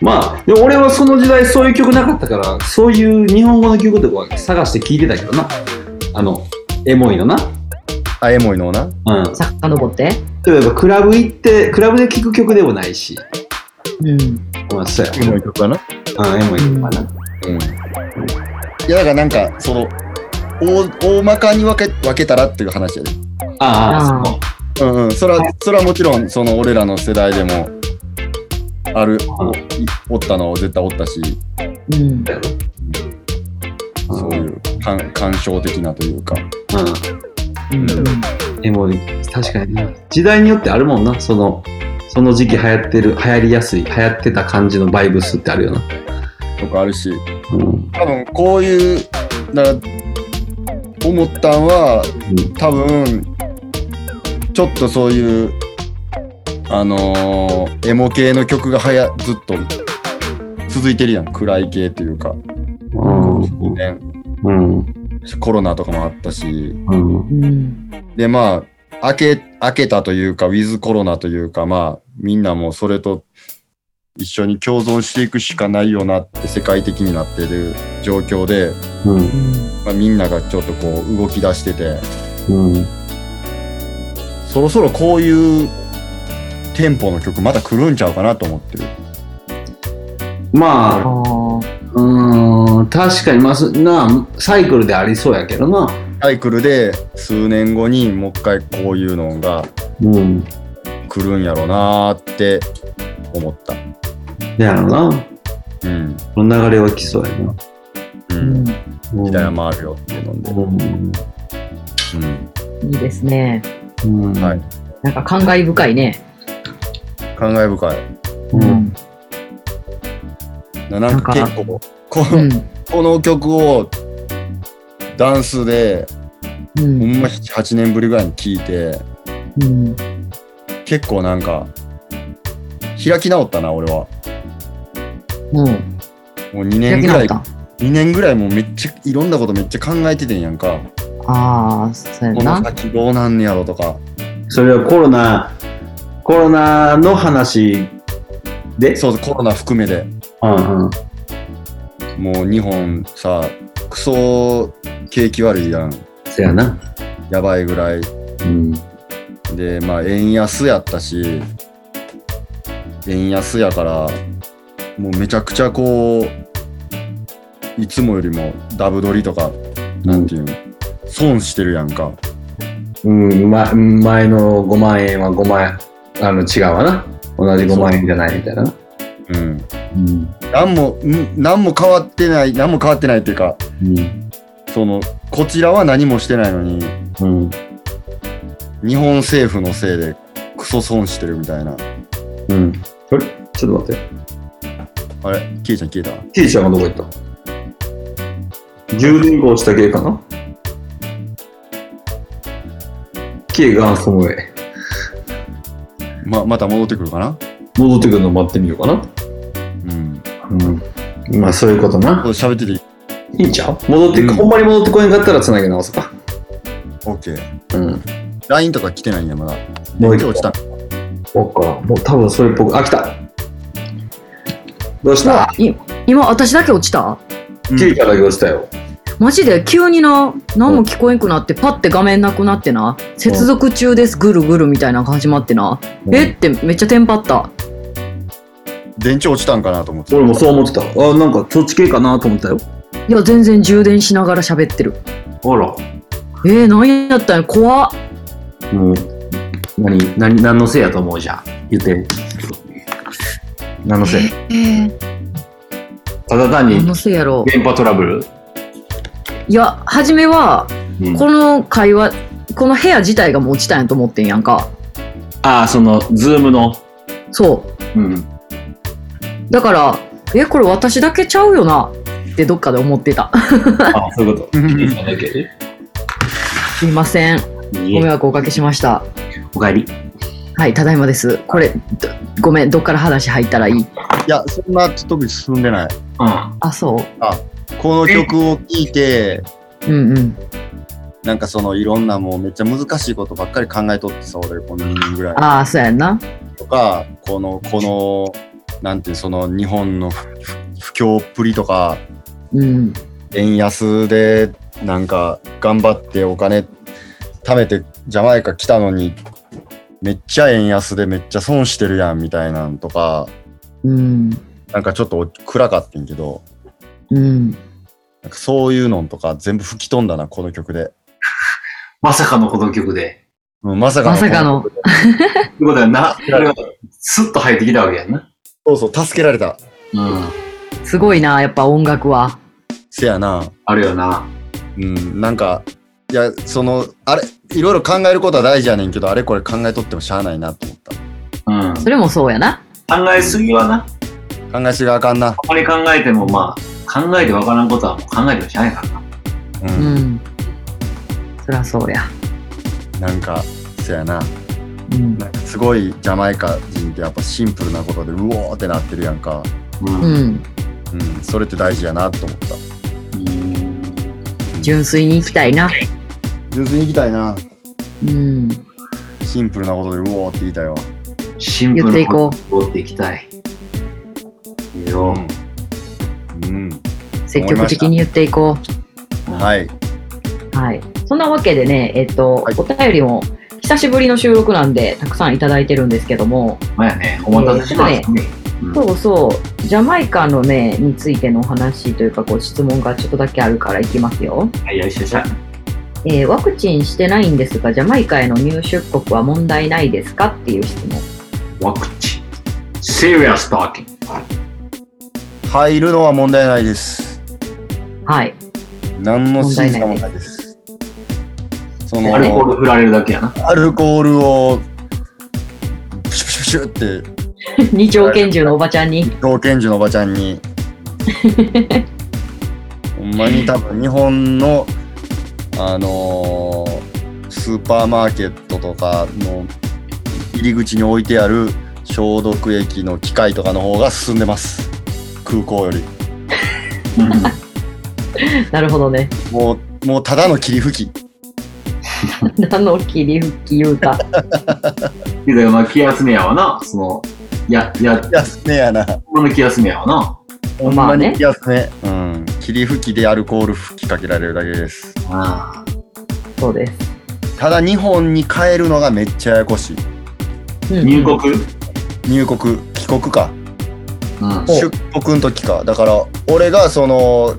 [SPEAKER 2] まあ、でも俺はその時代そういう曲なかったから、そういう日本語の曲とかは探して聞いてたけどな。あの、エモいのな。
[SPEAKER 4] あ、エモいのな。
[SPEAKER 2] うん。
[SPEAKER 3] 遡って。
[SPEAKER 2] 例えばクラブ行って、クラブで聴く曲でもないし。
[SPEAKER 3] うん。
[SPEAKER 2] まあ、そうや。
[SPEAKER 4] エモい曲かな。
[SPEAKER 2] うん、エモい曲かな。
[SPEAKER 4] うん。いやだからなんか、その、大大まかに分け分けたらっていう話やで。
[SPEAKER 2] ああ、
[SPEAKER 3] あー
[SPEAKER 2] そう。
[SPEAKER 4] うんうん。それは、それはもちろん、その俺らの世代でも、ある、おいおったのは絶対おったし、
[SPEAKER 3] うん。
[SPEAKER 4] そういう感感傷的なというか。
[SPEAKER 2] うん。エモい。確かにな。時代によってあるもんな。その、その時期流行ってる、流行りやすい、流行ってた感じのバイブスってあるよな。
[SPEAKER 4] とかあるし
[SPEAKER 2] うん。
[SPEAKER 4] 多分こういうだから思ったんは多分ちょっとそういうあのーエモ系の曲がはやずっと続いてるやん暗い系というか、
[SPEAKER 2] うん。
[SPEAKER 4] ね
[SPEAKER 2] うん。
[SPEAKER 4] コロナとかもあったし
[SPEAKER 2] うん。
[SPEAKER 3] うん。
[SPEAKER 4] でまあ明け明けたというかウィズコロナというかまあみんなもうそれと一緒に共存していくしかないよなって世界的になってる状況で、
[SPEAKER 2] うん。
[SPEAKER 4] まあ、みんながちょっとこう動き出してて
[SPEAKER 2] うん。
[SPEAKER 4] そろそろこういうテンポの曲また来るんちゃうかなと思ってる。
[SPEAKER 2] まあ、
[SPEAKER 3] ああ。
[SPEAKER 2] うーん、確かに、まあ、そなあ、サイクルでありそうやけどな。
[SPEAKER 4] サイクルで数年後にもう一回こういうのが
[SPEAKER 2] うん。
[SPEAKER 4] 来るんやろうなーって思った。
[SPEAKER 2] だやろな。
[SPEAKER 4] うん。
[SPEAKER 2] この流れは来そうやな。
[SPEAKER 4] う。
[SPEAKER 3] うんん。
[SPEAKER 4] 時代は回るよっていうので。
[SPEAKER 2] うん。
[SPEAKER 4] うん。
[SPEAKER 3] いいですね。
[SPEAKER 2] うん。
[SPEAKER 4] はい。
[SPEAKER 3] なんか感慨深いね。
[SPEAKER 4] 感慨深い。
[SPEAKER 2] うん。。
[SPEAKER 4] ななんか
[SPEAKER 3] なん
[SPEAKER 4] 結
[SPEAKER 3] か
[SPEAKER 4] 構、こ
[SPEAKER 3] う
[SPEAKER 4] の
[SPEAKER 3] ん。
[SPEAKER 4] この曲をダンスで
[SPEAKER 3] う
[SPEAKER 4] ほ
[SPEAKER 3] ん。
[SPEAKER 4] んま7、8年ぶりぐらいに聴いて、
[SPEAKER 3] うん。
[SPEAKER 4] 結構なんか開き直ったな、俺は。
[SPEAKER 3] うん。
[SPEAKER 4] もう2年
[SPEAKER 3] 開き
[SPEAKER 4] ぐら
[SPEAKER 3] 直っ
[SPEAKER 4] い
[SPEAKER 3] た。
[SPEAKER 4] 2年ぐらいもうめっちゃいろんなことめっちゃ考えててんやんか
[SPEAKER 3] ああ、そうや
[SPEAKER 4] この
[SPEAKER 3] な。
[SPEAKER 4] 先どうなんねやろとか
[SPEAKER 2] それはコロナ、コロナの話で、
[SPEAKER 4] そうそうコロナ含めで
[SPEAKER 2] うんうん。
[SPEAKER 4] もう日本さクソ景気悪いやん
[SPEAKER 2] そやな。
[SPEAKER 4] やばいぐらい
[SPEAKER 2] うん。
[SPEAKER 4] でまあ円安やったし円安やからもうめちゃくちゃこういつもよりもダブ取りとかなんていうの損してるやんか
[SPEAKER 2] うん、ま、前の5万円は5万円、あの、違うわな。同じ5万円じゃないみたいな。
[SPEAKER 4] うん
[SPEAKER 2] うん。
[SPEAKER 4] 何もん何も変わってない何も変わってないっていうか
[SPEAKER 2] うん。
[SPEAKER 4] そのこちらは何もしてないのに
[SPEAKER 2] うん。
[SPEAKER 4] 日本政府のせいでクソ損してるみたいな
[SPEAKER 2] うん。それ、ちょっと待って。
[SPEAKER 4] あれケイちゃん消え
[SPEAKER 2] ケイちゃんはどこ行った充電をした系かなケイがその上。
[SPEAKER 4] たままた戻ってくるかな
[SPEAKER 2] 戻ってくるの待ってみようかな。
[SPEAKER 4] うん
[SPEAKER 2] うん。まあそういうことな。
[SPEAKER 4] 喋ってていい
[SPEAKER 2] いいんちゃう戻って、
[SPEAKER 4] うん
[SPEAKER 2] ほんまに戻ってこへんかったら繋ぎ直すか。
[SPEAKER 4] OK
[SPEAKER 2] うん。
[SPEAKER 4] LINE とか来てないんやまだ
[SPEAKER 2] もう
[SPEAKER 4] 今
[SPEAKER 2] 一
[SPEAKER 4] 日
[SPEAKER 2] 個
[SPEAKER 4] 落ちた
[SPEAKER 2] そっか。もう多分それっぽく。あ、来た。どうした
[SPEAKER 3] い今、私だけ落ちた
[SPEAKER 4] うん
[SPEAKER 2] ケイちゃんだけ落ちたよ。
[SPEAKER 3] マジで急にな、何も聞こえんくなって、パッて画面なくなってな、接続中です、ぐるぐるみたいなのが始まってな、えってめっちゃテンパった。
[SPEAKER 4] 電池落ちたんかなと思って
[SPEAKER 2] 俺もそう思ってた。あ、なんかそっち系かなと思ったよ。
[SPEAKER 3] いや、全然充電しながら喋ってる。
[SPEAKER 2] あら。
[SPEAKER 3] えー、何やったんや、怖っ。
[SPEAKER 2] もう、何、何、何のせいやと思うじゃん。言って。何のせい
[SPEAKER 3] えー、
[SPEAKER 2] ただ単に
[SPEAKER 3] 何のせいやろう。
[SPEAKER 2] 電波トラブル
[SPEAKER 3] いや、初めは、
[SPEAKER 2] うん
[SPEAKER 3] この会話、この部屋自体がもう落ちたんやと思ってんやんか。
[SPEAKER 2] ああ、その、ズームの。
[SPEAKER 3] そう。
[SPEAKER 2] うん。
[SPEAKER 3] だから、え、これ私だけちゃうよなってどっかで思ってた。
[SPEAKER 2] あそういうこと。
[SPEAKER 3] すいません。ご迷惑をおかけしました。
[SPEAKER 2] おかえり。
[SPEAKER 3] はい、ただいまです。これ、どごめん、どっから話入ったらいい
[SPEAKER 4] いやそんな特に進んでない
[SPEAKER 2] うん。
[SPEAKER 3] あ、そ
[SPEAKER 4] この曲を聴いて
[SPEAKER 3] う。うんうん。
[SPEAKER 4] なんかそのいろんなもうめっちゃ難しいことばっかり考えとってさ、俺この2年ぐらい。
[SPEAKER 3] ああ、そうやんな。
[SPEAKER 4] とか、この、この、なんていう、その日本の不不況っぷりとか、
[SPEAKER 3] うん。
[SPEAKER 4] 円安でなんか頑張ってお金貯めてジャマイカ来たのにめっちゃ円安でめっちゃ損してるやんみたいなんとか
[SPEAKER 3] うん。
[SPEAKER 4] なんかちょっと暗かってんけど
[SPEAKER 3] うん。
[SPEAKER 4] なんかそういうのんとか全部吹き飛んだなこの曲で、
[SPEAKER 2] まさかのこの曲で。
[SPEAKER 4] うん、まさかの
[SPEAKER 3] まさかの。
[SPEAKER 2] ってことはな、あれはスッと入ってきたわけやんな。
[SPEAKER 4] そうそう助けられた
[SPEAKER 2] うん。
[SPEAKER 3] すごいな、やっぱ音楽は。
[SPEAKER 4] せやな
[SPEAKER 2] あるよな。
[SPEAKER 4] うんなんかいやそのあれいろいろ考えることは大事やねんけどあれこれ考えとってもしゃあないなと思った
[SPEAKER 2] うん。
[SPEAKER 3] それもそうやな。
[SPEAKER 2] 考えすぎはな。
[SPEAKER 4] 考えしがあかんな
[SPEAKER 2] あまり考えてもまあ、考えてわからんことはもう考えてもしゃあないからな。
[SPEAKER 4] う、
[SPEAKER 3] うんん。そりゃそうや。
[SPEAKER 4] なんかせやな
[SPEAKER 3] うん。
[SPEAKER 4] なんかすごいジャマイカ人ってやっぱシンプルなことでうおーってなってるやんか、
[SPEAKER 2] うん
[SPEAKER 3] う。ん。
[SPEAKER 4] うん、それって大事やなと思った
[SPEAKER 2] うん
[SPEAKER 3] 純粋に行きたいな。
[SPEAKER 4] 純粋に行きたいな
[SPEAKER 3] うん。
[SPEAKER 4] シンプルなことでうおーって言いたいわ
[SPEAKER 2] シンプ
[SPEAKER 3] 言って
[SPEAKER 2] ル
[SPEAKER 3] い
[SPEAKER 2] な
[SPEAKER 3] こ
[SPEAKER 2] を追っていきたい。いいよ。
[SPEAKER 4] うん、
[SPEAKER 3] う。積極的に言っていこ。
[SPEAKER 4] はいう
[SPEAKER 3] はい。そんなわけでね、えっと、
[SPEAKER 4] はい
[SPEAKER 3] お便りも久しぶりの収録なんで、たくさんいただいてるんですけども、
[SPEAKER 2] まあやね、お待たせしましたね。うん
[SPEAKER 3] そうそう、ジャマイカのね、についてのお話というか、こう質問がちょっとだけあるからいきますよ。
[SPEAKER 2] はい、よいしょよいしょ。
[SPEAKER 3] えーワクチンしてないんですが、ジャマイカへの入出国は問題ないですかっていう質問。
[SPEAKER 2] ワクチン。Serious talking.
[SPEAKER 4] 入るのは問題ないです
[SPEAKER 3] はい。
[SPEAKER 4] 何の審査もないですその
[SPEAKER 2] アルコール振られるだけやな。
[SPEAKER 4] アルコールをプシュプシュプシュって
[SPEAKER 3] 二丁拳銃のおばちゃんに。
[SPEAKER 4] 老拳銃のおばちゃん にほんまに多分日本のあのースーパーマーケットとかの入り口に置いてある消毒液の機械とかの方が進んでます空港より
[SPEAKER 2] うん
[SPEAKER 3] なるほどね。
[SPEAKER 4] もうもうただの霧吹き
[SPEAKER 3] 何の霧吹き言うか。
[SPEAKER 2] けど、まあ、気休めやわな。その、や、や、
[SPEAKER 4] 安めやな
[SPEAKER 2] この気休めやわな。
[SPEAKER 4] ほん
[SPEAKER 3] まあ
[SPEAKER 4] ま
[SPEAKER 3] ね
[SPEAKER 4] に安め、うん霧吹きでアルコール吹きかけられるだけです
[SPEAKER 2] あ
[SPEAKER 3] そうです。
[SPEAKER 4] ただ日本に帰るのがめっちゃややこしい
[SPEAKER 3] うん
[SPEAKER 2] あ
[SPEAKER 3] うん
[SPEAKER 2] 入国
[SPEAKER 4] 入国帰国か
[SPEAKER 2] うん。
[SPEAKER 4] 出国の時かだから俺がその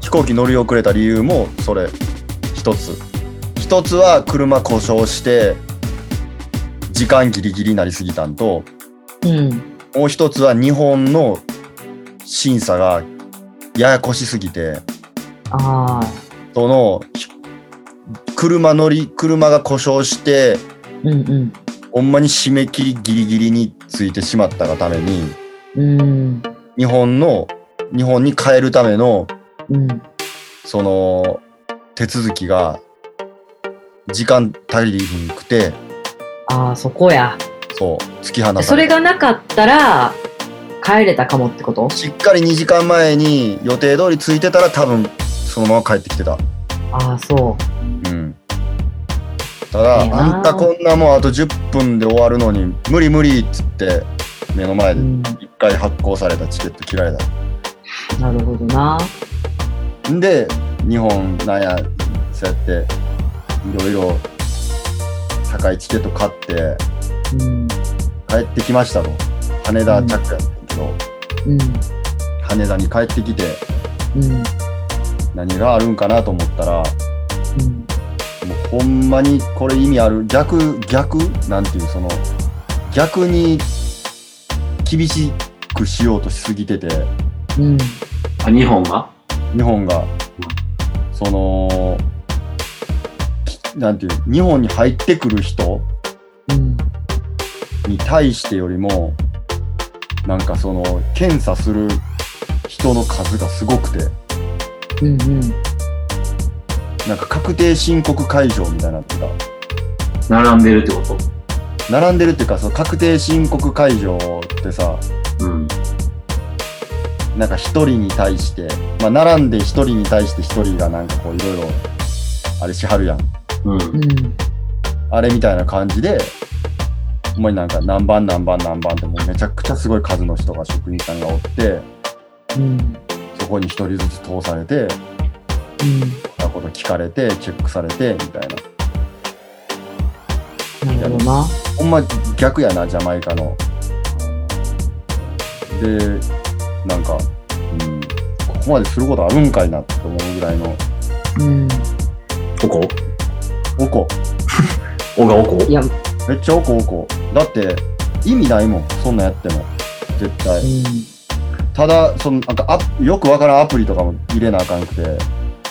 [SPEAKER 4] 飛行機乗り遅れた理由もそれ一つ一つは車故障して時間ギリギリになりすぎたんと
[SPEAKER 3] うん。
[SPEAKER 4] もう一つは日本の審査がややこしすぎて
[SPEAKER 3] ああ。
[SPEAKER 4] そのひ車乗り車が故障して
[SPEAKER 3] うん
[SPEAKER 4] ほんまに締め切りギリギリについてしまったがために
[SPEAKER 3] うん。うん。
[SPEAKER 4] 日本の日本に帰るための
[SPEAKER 3] うん。
[SPEAKER 4] その手続きが時間足りひんくて
[SPEAKER 3] ああ、そこや。
[SPEAKER 4] そう突き放された
[SPEAKER 3] それがなかったら、帰れたかもってこと
[SPEAKER 4] しっかり2時間前に予定通り着いてたら多分そのまま帰ってきてた
[SPEAKER 3] ああ、そ
[SPEAKER 4] うんただ
[SPEAKER 3] ええなあ
[SPEAKER 4] あんたこんなもうあと10分で終わるのに無理無理っつって目の前
[SPEAKER 3] う。う
[SPEAKER 4] で
[SPEAKER 3] ん。
[SPEAKER 4] 1回発行されたチケット切られた
[SPEAKER 3] なるほどな。
[SPEAKER 4] んで日本なんやそうやっていろいろ高いチケット買って
[SPEAKER 3] うん。
[SPEAKER 4] 帰ってきましたと羽田着やったけど、
[SPEAKER 3] うん。
[SPEAKER 4] 羽田に帰ってきて
[SPEAKER 3] うん。
[SPEAKER 4] 何があるんかなと思ったらも
[SPEAKER 3] うん。
[SPEAKER 4] うほんまにこれ意味ある逆逆なんていうその逆に厳しくしようとしすぎてて
[SPEAKER 3] うん。
[SPEAKER 2] あ、日本が
[SPEAKER 4] 日本がそのきなんていう日本に入ってくる人
[SPEAKER 3] うん。
[SPEAKER 4] に対してよりもなんかその検査する人の数がすごくて
[SPEAKER 3] うん。うん。
[SPEAKER 4] なんか確定申告会場みたいになってた
[SPEAKER 2] 並んでるってこ
[SPEAKER 4] 並んでるっていうかその確定申告会場ってさ
[SPEAKER 2] とうん。
[SPEAKER 4] なんか一人に対して、まあ、並んで一人に対して一人がなんかこういろいろあれしはるやん。
[SPEAKER 2] うん。
[SPEAKER 3] うん。
[SPEAKER 4] あれみたいな感じで、ほんまになんか何番何番何番ってもうめちゃくちゃすごい数の人が職員さんがおって、
[SPEAKER 3] うん。
[SPEAKER 4] そこに一人ずつ通されて、そんなこと聞かれて、チェックされて、みたいな。
[SPEAKER 3] うん。なるほどな。
[SPEAKER 4] ほんま逆やな、ジャマイカの。で、なんか、うん、ここまですることあるんかいなって思うぐらいの、
[SPEAKER 3] うん。
[SPEAKER 2] おこ
[SPEAKER 4] おこ、
[SPEAKER 2] おがおこ
[SPEAKER 3] いや、う
[SPEAKER 4] めっちゃおこおこ。だって、意味ないもん、そんなんやっても。絶対。
[SPEAKER 3] ん。
[SPEAKER 4] ただ、その、なんかア、よくわからんアプリとかも入れなあかんくて、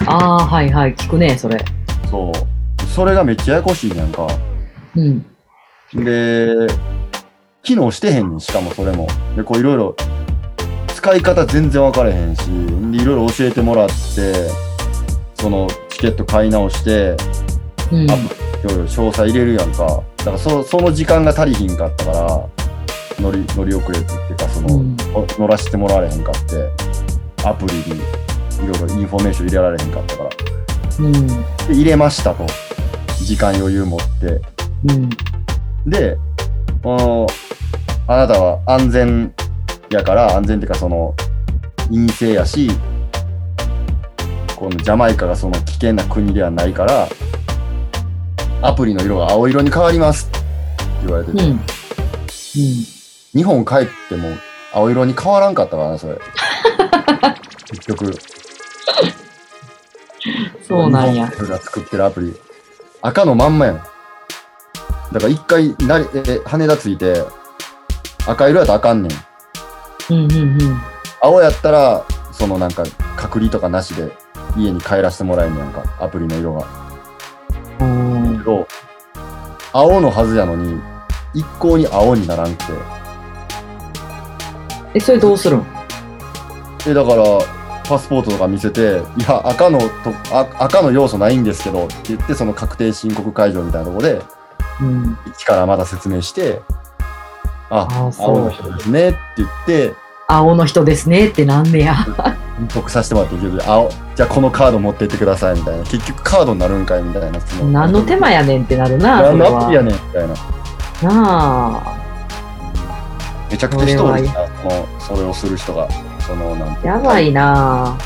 [SPEAKER 3] ああ、はいはい。聞くね、それ。
[SPEAKER 4] そう。それがめっちゃややこしいやんか。
[SPEAKER 3] うん。
[SPEAKER 4] で、機能してへんねん、しかもそれも。で、こういろいろ、使い方全然分からへんし、でいろいろ教えてもらって、そのチケット買い直して、
[SPEAKER 3] うん。
[SPEAKER 4] アプリいろいろ詳細入れるやんか。だからそその時間が足りひんかったから、乗り、乗り遅れてっていうか、その、
[SPEAKER 3] うん
[SPEAKER 4] お乗らせてもらわれへんかって、アプリにいろいろインフォメーション入れられへんかったから。
[SPEAKER 3] うん。
[SPEAKER 4] で、入れましたと。時間余裕持って。
[SPEAKER 3] うん。
[SPEAKER 4] で、このあなたは安全やから、安全っていうかその、陰性やし、このジャマイカがその危険な国ではないから、アプリの色が青色に変わりますって言われて
[SPEAKER 3] う
[SPEAKER 4] て、
[SPEAKER 3] ん。うん。
[SPEAKER 4] 日本帰っても青色に変わらんかったからな、それ。結局、
[SPEAKER 3] そうなんや
[SPEAKER 4] 日本。政府が作ってるアプリ。赤のまんまやん。だから一回なり、え、羽田ついて、赤色やとあかんねん。
[SPEAKER 3] うんうんうん。
[SPEAKER 4] 青やったら、そのなんか、隔離とかなしで、家に帰らせてもらえんねやんか、アプリの色が。
[SPEAKER 3] おー
[SPEAKER 4] けど、青のはずやのに、一向に青にならんく
[SPEAKER 3] え、それどうするん
[SPEAKER 4] て。え、だから、パスポートとか見せて、いや、赤のとあ、赤の要素ないんですけど、って言って、その確定申告会場みたいなとこで、
[SPEAKER 3] うん。
[SPEAKER 4] 一からまた説明して、あ、
[SPEAKER 3] ああ、
[SPEAKER 4] 青
[SPEAKER 3] そ
[SPEAKER 4] の
[SPEAKER 3] う。
[SPEAKER 4] 人ですねって言って、
[SPEAKER 3] 青の人ですねってなんねや。
[SPEAKER 4] 得させてもらっていいけど、青、じゃあこのカード持ってってくださいみたいな。結局カードになるんかいみたいな。そ
[SPEAKER 3] 何の手間やねんってなるな。
[SPEAKER 4] 何
[SPEAKER 3] それ
[SPEAKER 4] のア
[SPEAKER 3] は
[SPEAKER 4] プリやねんみたいな。
[SPEAKER 3] なあ。
[SPEAKER 4] めちゃくちゃ人おるからそのそれをする人がそのなんていう
[SPEAKER 3] や
[SPEAKER 4] の
[SPEAKER 3] ばいな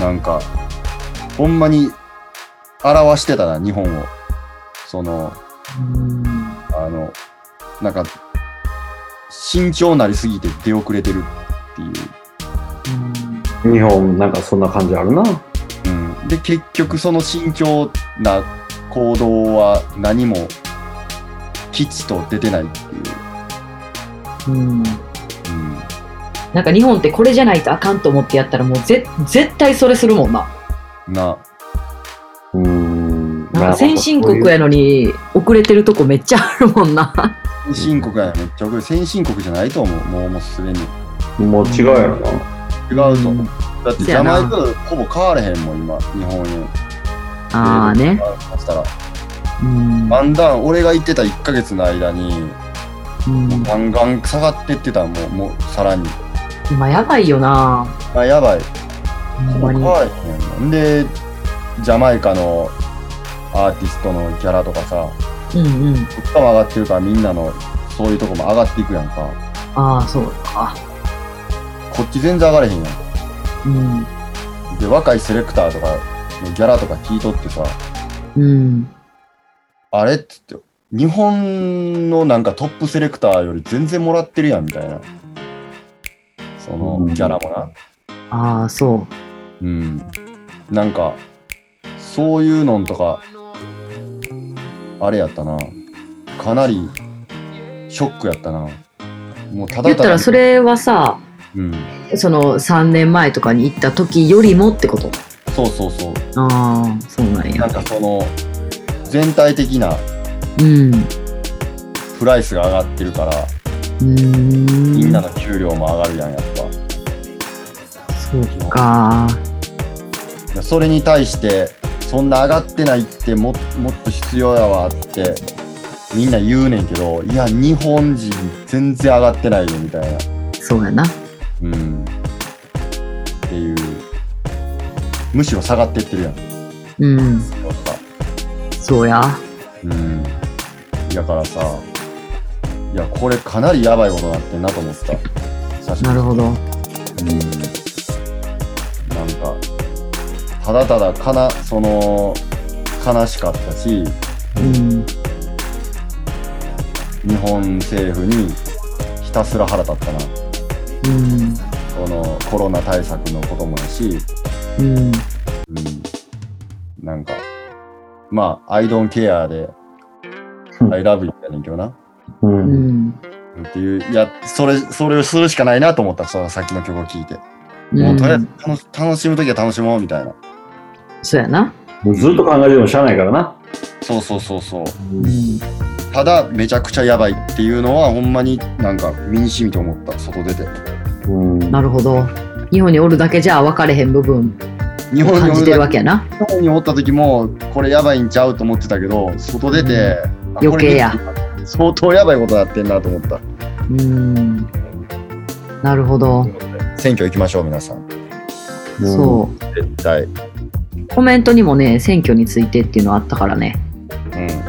[SPEAKER 4] なんかほんまに表してたな日本をその
[SPEAKER 3] うん。
[SPEAKER 4] あのなんか慎重になりすぎて出遅れてるっていう、
[SPEAKER 2] 日本、なんかそんな感じあるな。
[SPEAKER 4] うん、で結局その慎重な行動は何も吉と出てないっていう、
[SPEAKER 3] うん。
[SPEAKER 4] うん、
[SPEAKER 3] なんか日本ってこれじゃないとあかんと思ってやったらもうぜ絶対それするもんな。
[SPEAKER 4] な
[SPEAKER 2] うーん。
[SPEAKER 3] なんか先進国やのに遅れてるとこめっちゃあるもんな。
[SPEAKER 4] 先進国やねめっちゃ遅れ先進国じゃないと思うもうもうすでに
[SPEAKER 2] もう違うやろな。
[SPEAKER 4] 違うと思
[SPEAKER 3] う
[SPEAKER 4] う、
[SPEAKER 3] ん
[SPEAKER 4] だってジャマイカとほぼ変われへんもん、今、日本円。
[SPEAKER 3] ああね。
[SPEAKER 4] そしたら、
[SPEAKER 3] うん。
[SPEAKER 4] だんだん俺が行ってた1ヶ月の間に、
[SPEAKER 3] うん
[SPEAKER 4] ガンガン下がってってたもう、もう、さらに。
[SPEAKER 3] 今やばいよな。
[SPEAKER 4] あ、やばい。
[SPEAKER 3] ほ
[SPEAKER 4] ほ
[SPEAKER 3] ん
[SPEAKER 4] ぼ
[SPEAKER 3] まに
[SPEAKER 4] 変。われへんもん。で、ジャマイカのアーティストのギャラとかさ、
[SPEAKER 3] うんうん。
[SPEAKER 4] 物価も上がってるからみんなの、そういうとこも上がっていくやんか。
[SPEAKER 3] ああ、そうか。
[SPEAKER 4] こっち全然上がれへんや
[SPEAKER 3] うん。
[SPEAKER 4] ん。で、若いセレクターとか、ギャラとか聞いとってさ、
[SPEAKER 3] うん。
[SPEAKER 4] あれっつって、日本のなんかトップセレクターより全然もらってるやんみたいな。その
[SPEAKER 2] うん
[SPEAKER 4] ギャラもな。
[SPEAKER 3] ああ、そ
[SPEAKER 4] うん。なんか、そういうのんとか、あれやったな。かなりショックやったな。もうた
[SPEAKER 3] う。
[SPEAKER 4] だ
[SPEAKER 3] 言ったた
[SPEAKER 4] だ
[SPEAKER 3] ら、それはさ、
[SPEAKER 4] うん。
[SPEAKER 3] その3年前とかに行った時よりもってこと
[SPEAKER 4] そうそうそう。
[SPEAKER 3] ああそうなんや
[SPEAKER 4] なんかその、全体的な
[SPEAKER 3] うんう
[SPEAKER 4] プライスが上がってるから、
[SPEAKER 3] ーん
[SPEAKER 4] みんなの給料も上がるやん、やっぱ。
[SPEAKER 3] そうか
[SPEAKER 4] それに対してそんな上がってないってももっと必要やわってみんな言うねんけどいや日本人全然上がってないよみたいな
[SPEAKER 3] そうやな
[SPEAKER 4] うんっていうむしろ下がってってるやん
[SPEAKER 3] ううん。そうや。
[SPEAKER 4] うん。だからさ、いや、これかなりやばいことになってんなと思ってた。久しぶ
[SPEAKER 3] な
[SPEAKER 4] り
[SPEAKER 3] るほど。
[SPEAKER 4] うんなんか、ただただかな、その、悲しかったし、
[SPEAKER 3] うん。
[SPEAKER 4] 日本政府にひたすら腹立った
[SPEAKER 3] う
[SPEAKER 4] な。
[SPEAKER 3] ん。
[SPEAKER 4] このコロナ対策のこともやし、
[SPEAKER 3] うん。
[SPEAKER 4] うん、なんか、まあ、アイドンケアで
[SPEAKER 2] う、ん
[SPEAKER 4] アイラブやねんけどな。
[SPEAKER 2] う。
[SPEAKER 3] うんん。
[SPEAKER 4] っていう、いや、それ、それをするしかないなと思った、そのさっきの曲を聴いて。もうとりあえず楽し楽しむときは楽しもうみたいな。
[SPEAKER 3] そうやな。
[SPEAKER 2] ずっと考えてもしゃあないからな。
[SPEAKER 4] そうそうそうそう。
[SPEAKER 3] うん。
[SPEAKER 4] ただめちゃくちゃやばいっていうのはほんまになんか身にしみと思った外出て
[SPEAKER 2] うん。
[SPEAKER 3] なるほど。日本におるだけじゃ分かれへん部分
[SPEAKER 4] 日本に
[SPEAKER 3] 感
[SPEAKER 4] お
[SPEAKER 3] じ
[SPEAKER 4] る
[SPEAKER 3] てる
[SPEAKER 4] だ
[SPEAKER 3] わ
[SPEAKER 4] け
[SPEAKER 3] けやな。
[SPEAKER 4] 日本におった時もこれやばいんちゃうと思ってたけど外出て、あ
[SPEAKER 3] 余計や
[SPEAKER 4] これ相当やばいことやってんなと思った
[SPEAKER 3] うん。なるほど。
[SPEAKER 4] 選挙行きましょう皆さん
[SPEAKER 3] そ
[SPEAKER 4] 絶対うん
[SPEAKER 3] う。コメントにもね、選挙についてっていうのあったからね。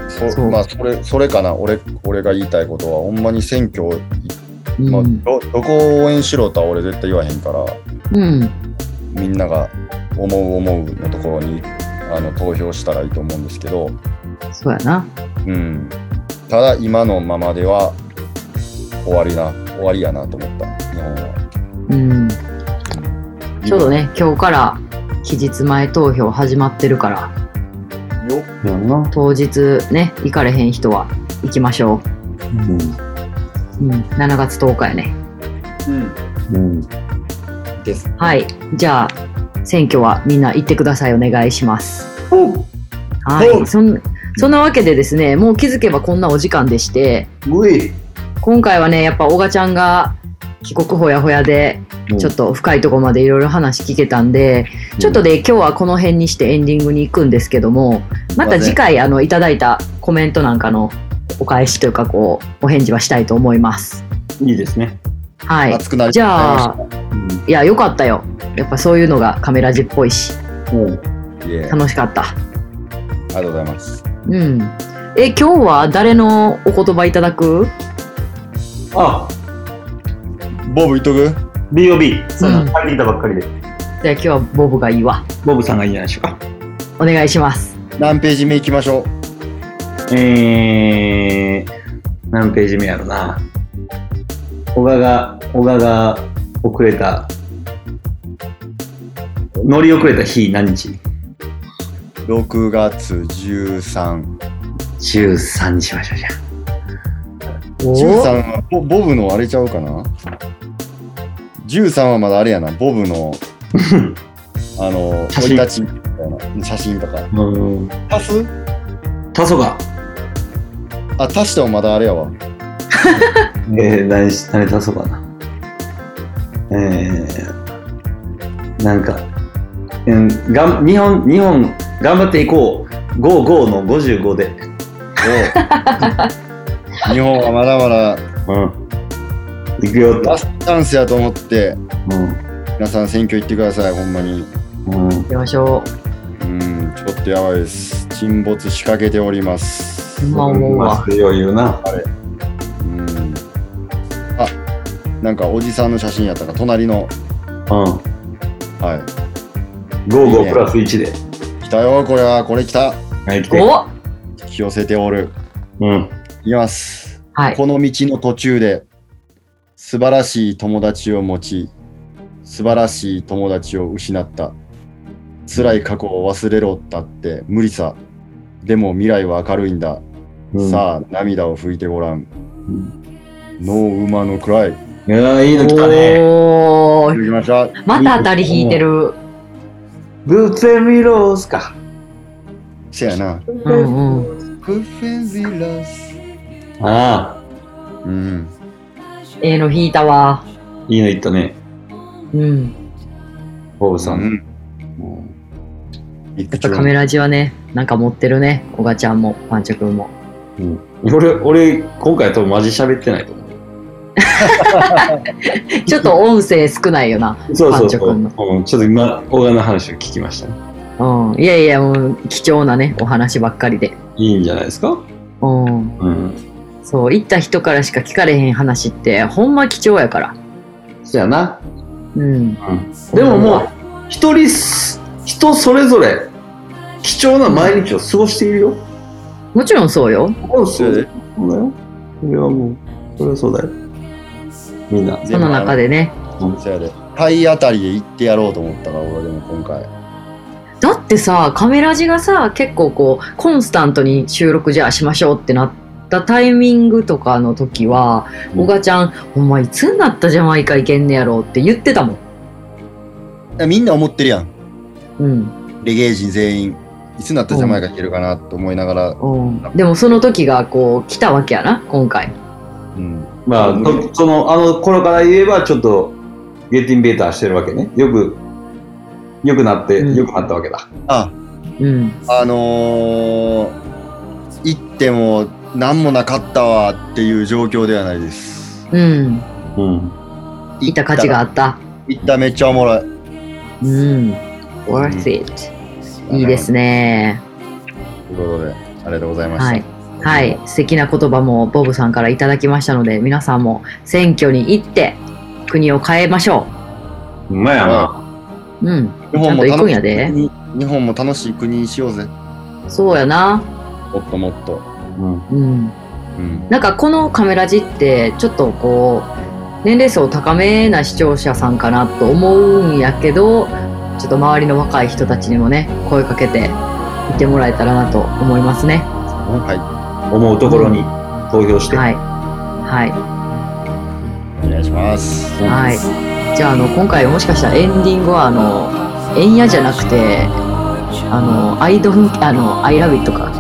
[SPEAKER 4] そ
[SPEAKER 3] そう
[SPEAKER 4] まあそれそれかな俺俺が言いたいことはほんまに選挙、
[SPEAKER 3] うん。
[SPEAKER 4] まあ、どどこを応援しろとは俺絶対言わへんから
[SPEAKER 3] うん。
[SPEAKER 4] みんなが思う思うのところにあの投票したらいいと思うんですけど、
[SPEAKER 3] そうやな。
[SPEAKER 4] うん、ただ今のままでは終わりな終わりやなと思った日本は
[SPEAKER 3] うん。ちょうどね、今日から期日前投票始まってるから、
[SPEAKER 4] よっ
[SPEAKER 2] う。やんな。
[SPEAKER 3] 当日ね、行かれへん人は行きましょう。うん。7月10日やね。
[SPEAKER 2] うん。うん。
[SPEAKER 4] です
[SPEAKER 3] はい。じゃあ、選挙はみんな行ってください。お願いします。は
[SPEAKER 2] う
[SPEAKER 3] い。
[SPEAKER 2] ん
[SPEAKER 3] そん、そんなわけでですね、もう気づけばこんなお時間でして、
[SPEAKER 2] うい。
[SPEAKER 3] 今回はね、やっぱ、小賀ちゃんが帰国ほやほやで、ちょっと深いところまでいろいろ話聞けたんで、ちょっとで今日はこの辺にしてエンディングに行くんですけども、また次回、あの、いただいたコメントなんかのお返しというか、こう、お返事はしたいと思います。
[SPEAKER 2] いいですね。
[SPEAKER 3] はい。
[SPEAKER 4] 熱くなり
[SPEAKER 3] じゃあ、いや、よかったよ。やっぱそういうのがカメラジっぽいし、
[SPEAKER 2] うん。
[SPEAKER 4] いえあ
[SPEAKER 3] 楽しかった。
[SPEAKER 4] りがとうございます
[SPEAKER 3] うん。え、今日は誰のお言葉いただく
[SPEAKER 2] あ、
[SPEAKER 4] ボブいっとく
[SPEAKER 2] B.O.B. そう
[SPEAKER 3] うん
[SPEAKER 2] 帰ってきたばっかりで。
[SPEAKER 3] じゃあ今日はボブがいいわ。
[SPEAKER 2] ボブさんがいいんじゃないでしょうか。
[SPEAKER 3] お願いします。
[SPEAKER 4] 何ページ目行きましょう
[SPEAKER 2] えー、何ページ目やろな。小賀が、小賀が遅れた、乗り遅れた日何日
[SPEAKER 4] 6月1313
[SPEAKER 2] ?13にしましょう、じゃあ。
[SPEAKER 3] おー
[SPEAKER 4] はボボブのあれちゃうかな13はまだあれやなボブ のあの
[SPEAKER 2] 写
[SPEAKER 4] 生い
[SPEAKER 2] 真
[SPEAKER 4] 立ちみたいな写真とか
[SPEAKER 2] うん。
[SPEAKER 4] 足す
[SPEAKER 2] たそが。
[SPEAKER 4] あ足してもまだあれ やわ
[SPEAKER 2] えー、何し、何たそがな。えー、なんか、うん、がん日本、日本、頑張っていこう。55の55で。
[SPEAKER 4] おう日本はまだまだ
[SPEAKER 2] うん。いくよと。
[SPEAKER 4] ラストチャンスやと思って
[SPEAKER 2] うん。
[SPEAKER 4] 皆さん選挙行ってくださいほんまに
[SPEAKER 2] うん。
[SPEAKER 3] 行きましょ
[SPEAKER 4] うんちょっとやばいです沈没しかけております
[SPEAKER 3] う。ほんま思うわ。
[SPEAKER 2] 余裕な。
[SPEAKER 4] うんあなんかおじさんの写真やったか隣の
[SPEAKER 2] うん。
[SPEAKER 4] は
[SPEAKER 2] 55プラス1で。
[SPEAKER 4] い来たよこれはこれ来た
[SPEAKER 2] はい、来て。
[SPEAKER 3] お
[SPEAKER 4] 引き寄せておる
[SPEAKER 2] うん。
[SPEAKER 4] いきます
[SPEAKER 3] はい。
[SPEAKER 4] この道の途中で素晴らしい友達を持ち素晴らしい友達を失った辛い過去を忘れろったって無理さでも未来は明るいんだ、
[SPEAKER 2] あ。
[SPEAKER 4] さあ涙を拭いてごらん
[SPEAKER 2] うん
[SPEAKER 4] ノーウマのクライい
[SPEAKER 2] いやーいいの来たね。
[SPEAKER 3] お
[SPEAKER 4] た
[SPEAKER 3] ー
[SPEAKER 4] だきました
[SPEAKER 3] また当たり引いてる。
[SPEAKER 2] グッゼミロースか。
[SPEAKER 4] せやな
[SPEAKER 3] うんうん。
[SPEAKER 4] クフェンビラス
[SPEAKER 2] ああ、
[SPEAKER 4] うん
[SPEAKER 3] ええの引いたわ。
[SPEAKER 2] いいの言ったね。
[SPEAKER 3] うん。
[SPEAKER 2] ボブ
[SPEAKER 4] う
[SPEAKER 2] さん。
[SPEAKER 4] んビ
[SPEAKER 3] や
[SPEAKER 4] ッ
[SPEAKER 3] っぱ
[SPEAKER 4] グ
[SPEAKER 3] カメラジはね、なんか持ってるね。小賀ちゃんも、パンチョ君も。
[SPEAKER 2] 俺、俺、今回多分マジ喋ってないと思
[SPEAKER 3] ちょっと音声少ないよな。
[SPEAKER 2] う。そうそう
[SPEAKER 3] パンチョ
[SPEAKER 2] そう。うんちょっと今、小川の話を聞きましたね。
[SPEAKER 3] あうん。いやいや、もう貴重なね、お話ばっかりで。
[SPEAKER 2] いいんじゃないですか
[SPEAKER 3] うん。
[SPEAKER 2] うん。
[SPEAKER 3] そう、行った人からしか聞かれへん話って、ほんま貴重やから。
[SPEAKER 2] そやな。
[SPEAKER 3] うん。
[SPEAKER 2] でももう、一人す、人それぞれ、貴重な毎日を過ごしているよ。
[SPEAKER 3] もちろんそうよ。
[SPEAKER 2] そうそうだよ。そうだよ。それはもう、それはそうだよ。みんな。
[SPEAKER 3] その中でね。
[SPEAKER 4] そやで体当たりで行ってやろうと思ったから俺でも今回
[SPEAKER 3] だってさ、カメラジがさ、結構こう、コンスタントに収録じゃあしましょうってなったタイミングとかの時は、
[SPEAKER 2] うん
[SPEAKER 3] 小、賀、ちゃん、お前いつになったジャマイカ行けんねやろうって言ってたもん。
[SPEAKER 4] えみんな思ってるやん
[SPEAKER 3] うん。
[SPEAKER 4] レゲエ人全員いつになったらジャマイカ行けるかなと思いながら、
[SPEAKER 3] うん、でもその時がこう、来たわけやな、今回。
[SPEAKER 4] うん、
[SPEAKER 2] まあ、そその、あの頃から言えば、ちょっと、ゲッティンベーターしてるわけね。よく、よくなって、
[SPEAKER 3] うん
[SPEAKER 2] よくなったわけだ。
[SPEAKER 4] あ
[SPEAKER 3] うん。
[SPEAKER 4] あのー行っても何もなかったわっていう状況ではないです
[SPEAKER 3] うん。
[SPEAKER 2] うん。
[SPEAKER 3] いた価値があった。
[SPEAKER 4] 行っためっちゃおもろい
[SPEAKER 3] うん。worth it。いいですね。
[SPEAKER 4] ということでありがとうございました、
[SPEAKER 3] はい。はい。素敵な言葉もボブさんからいただきましたので、皆さんも選挙に行って、国を変えましょ
[SPEAKER 2] うまいやな。
[SPEAKER 3] う。うん。
[SPEAKER 4] 日
[SPEAKER 3] ちゃ
[SPEAKER 4] 本
[SPEAKER 3] ん
[SPEAKER 4] も
[SPEAKER 3] と行く
[SPEAKER 4] 楽
[SPEAKER 3] ん
[SPEAKER 4] しい
[SPEAKER 3] やで
[SPEAKER 4] 国日本も楽しい国にしようぜ
[SPEAKER 3] そうやな。
[SPEAKER 4] もっともっと、
[SPEAKER 2] うん。
[SPEAKER 3] うん。
[SPEAKER 4] うん、
[SPEAKER 3] なんかこのカメラジって、ちょっとこう、年齢層高めな視聴者さんかなと思うんやけど、ちょっと周りの若い人たちにもね、声かけて、いてもらえたらなと思いますね。
[SPEAKER 4] は
[SPEAKER 2] 思うところに投票して。
[SPEAKER 3] はい。はい。
[SPEAKER 4] いお願いします
[SPEAKER 3] はい。じゃあ、あの、今回もしかしたらエンディングは、あの、円やじゃなくて、あの、アイドル、あの、アイラビットか、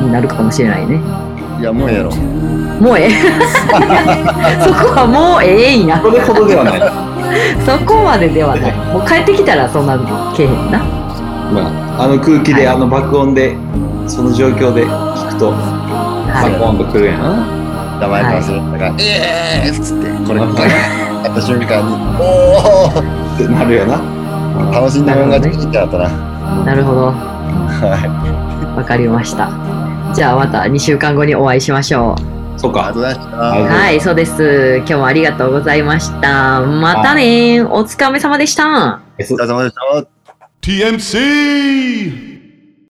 [SPEAKER 3] になるかもしれないね。
[SPEAKER 4] いやもうええやろ
[SPEAKER 3] もうええ。 そこはもうええんや。
[SPEAKER 2] それほどではない。
[SPEAKER 3] そこまでではない。もう帰ってきたらそんなのけえへんな。
[SPEAKER 2] まあ、あの空気で、
[SPEAKER 3] はい
[SPEAKER 2] あの爆音で、その状況で聞くと、爆
[SPEAKER 3] は
[SPEAKER 2] 音が来るやんな。
[SPEAKER 4] 名前からするから、ええーっつってこれこれやった瞬間におお
[SPEAKER 2] ってなるよな。
[SPEAKER 4] 楽しんでもんができてやったな。
[SPEAKER 3] い。なるほど。
[SPEAKER 4] はい。
[SPEAKER 3] わかりました。じゃあまた2週間後にお会いしましょ
[SPEAKER 2] そう
[SPEAKER 4] ありがと
[SPEAKER 2] か。
[SPEAKER 4] うございました。
[SPEAKER 3] う。
[SPEAKER 2] はい
[SPEAKER 3] はい、そうです。今日もありがとうございました。またねーお疲れ様でした。
[SPEAKER 4] お疲れ様でした。
[SPEAKER 6] TMC!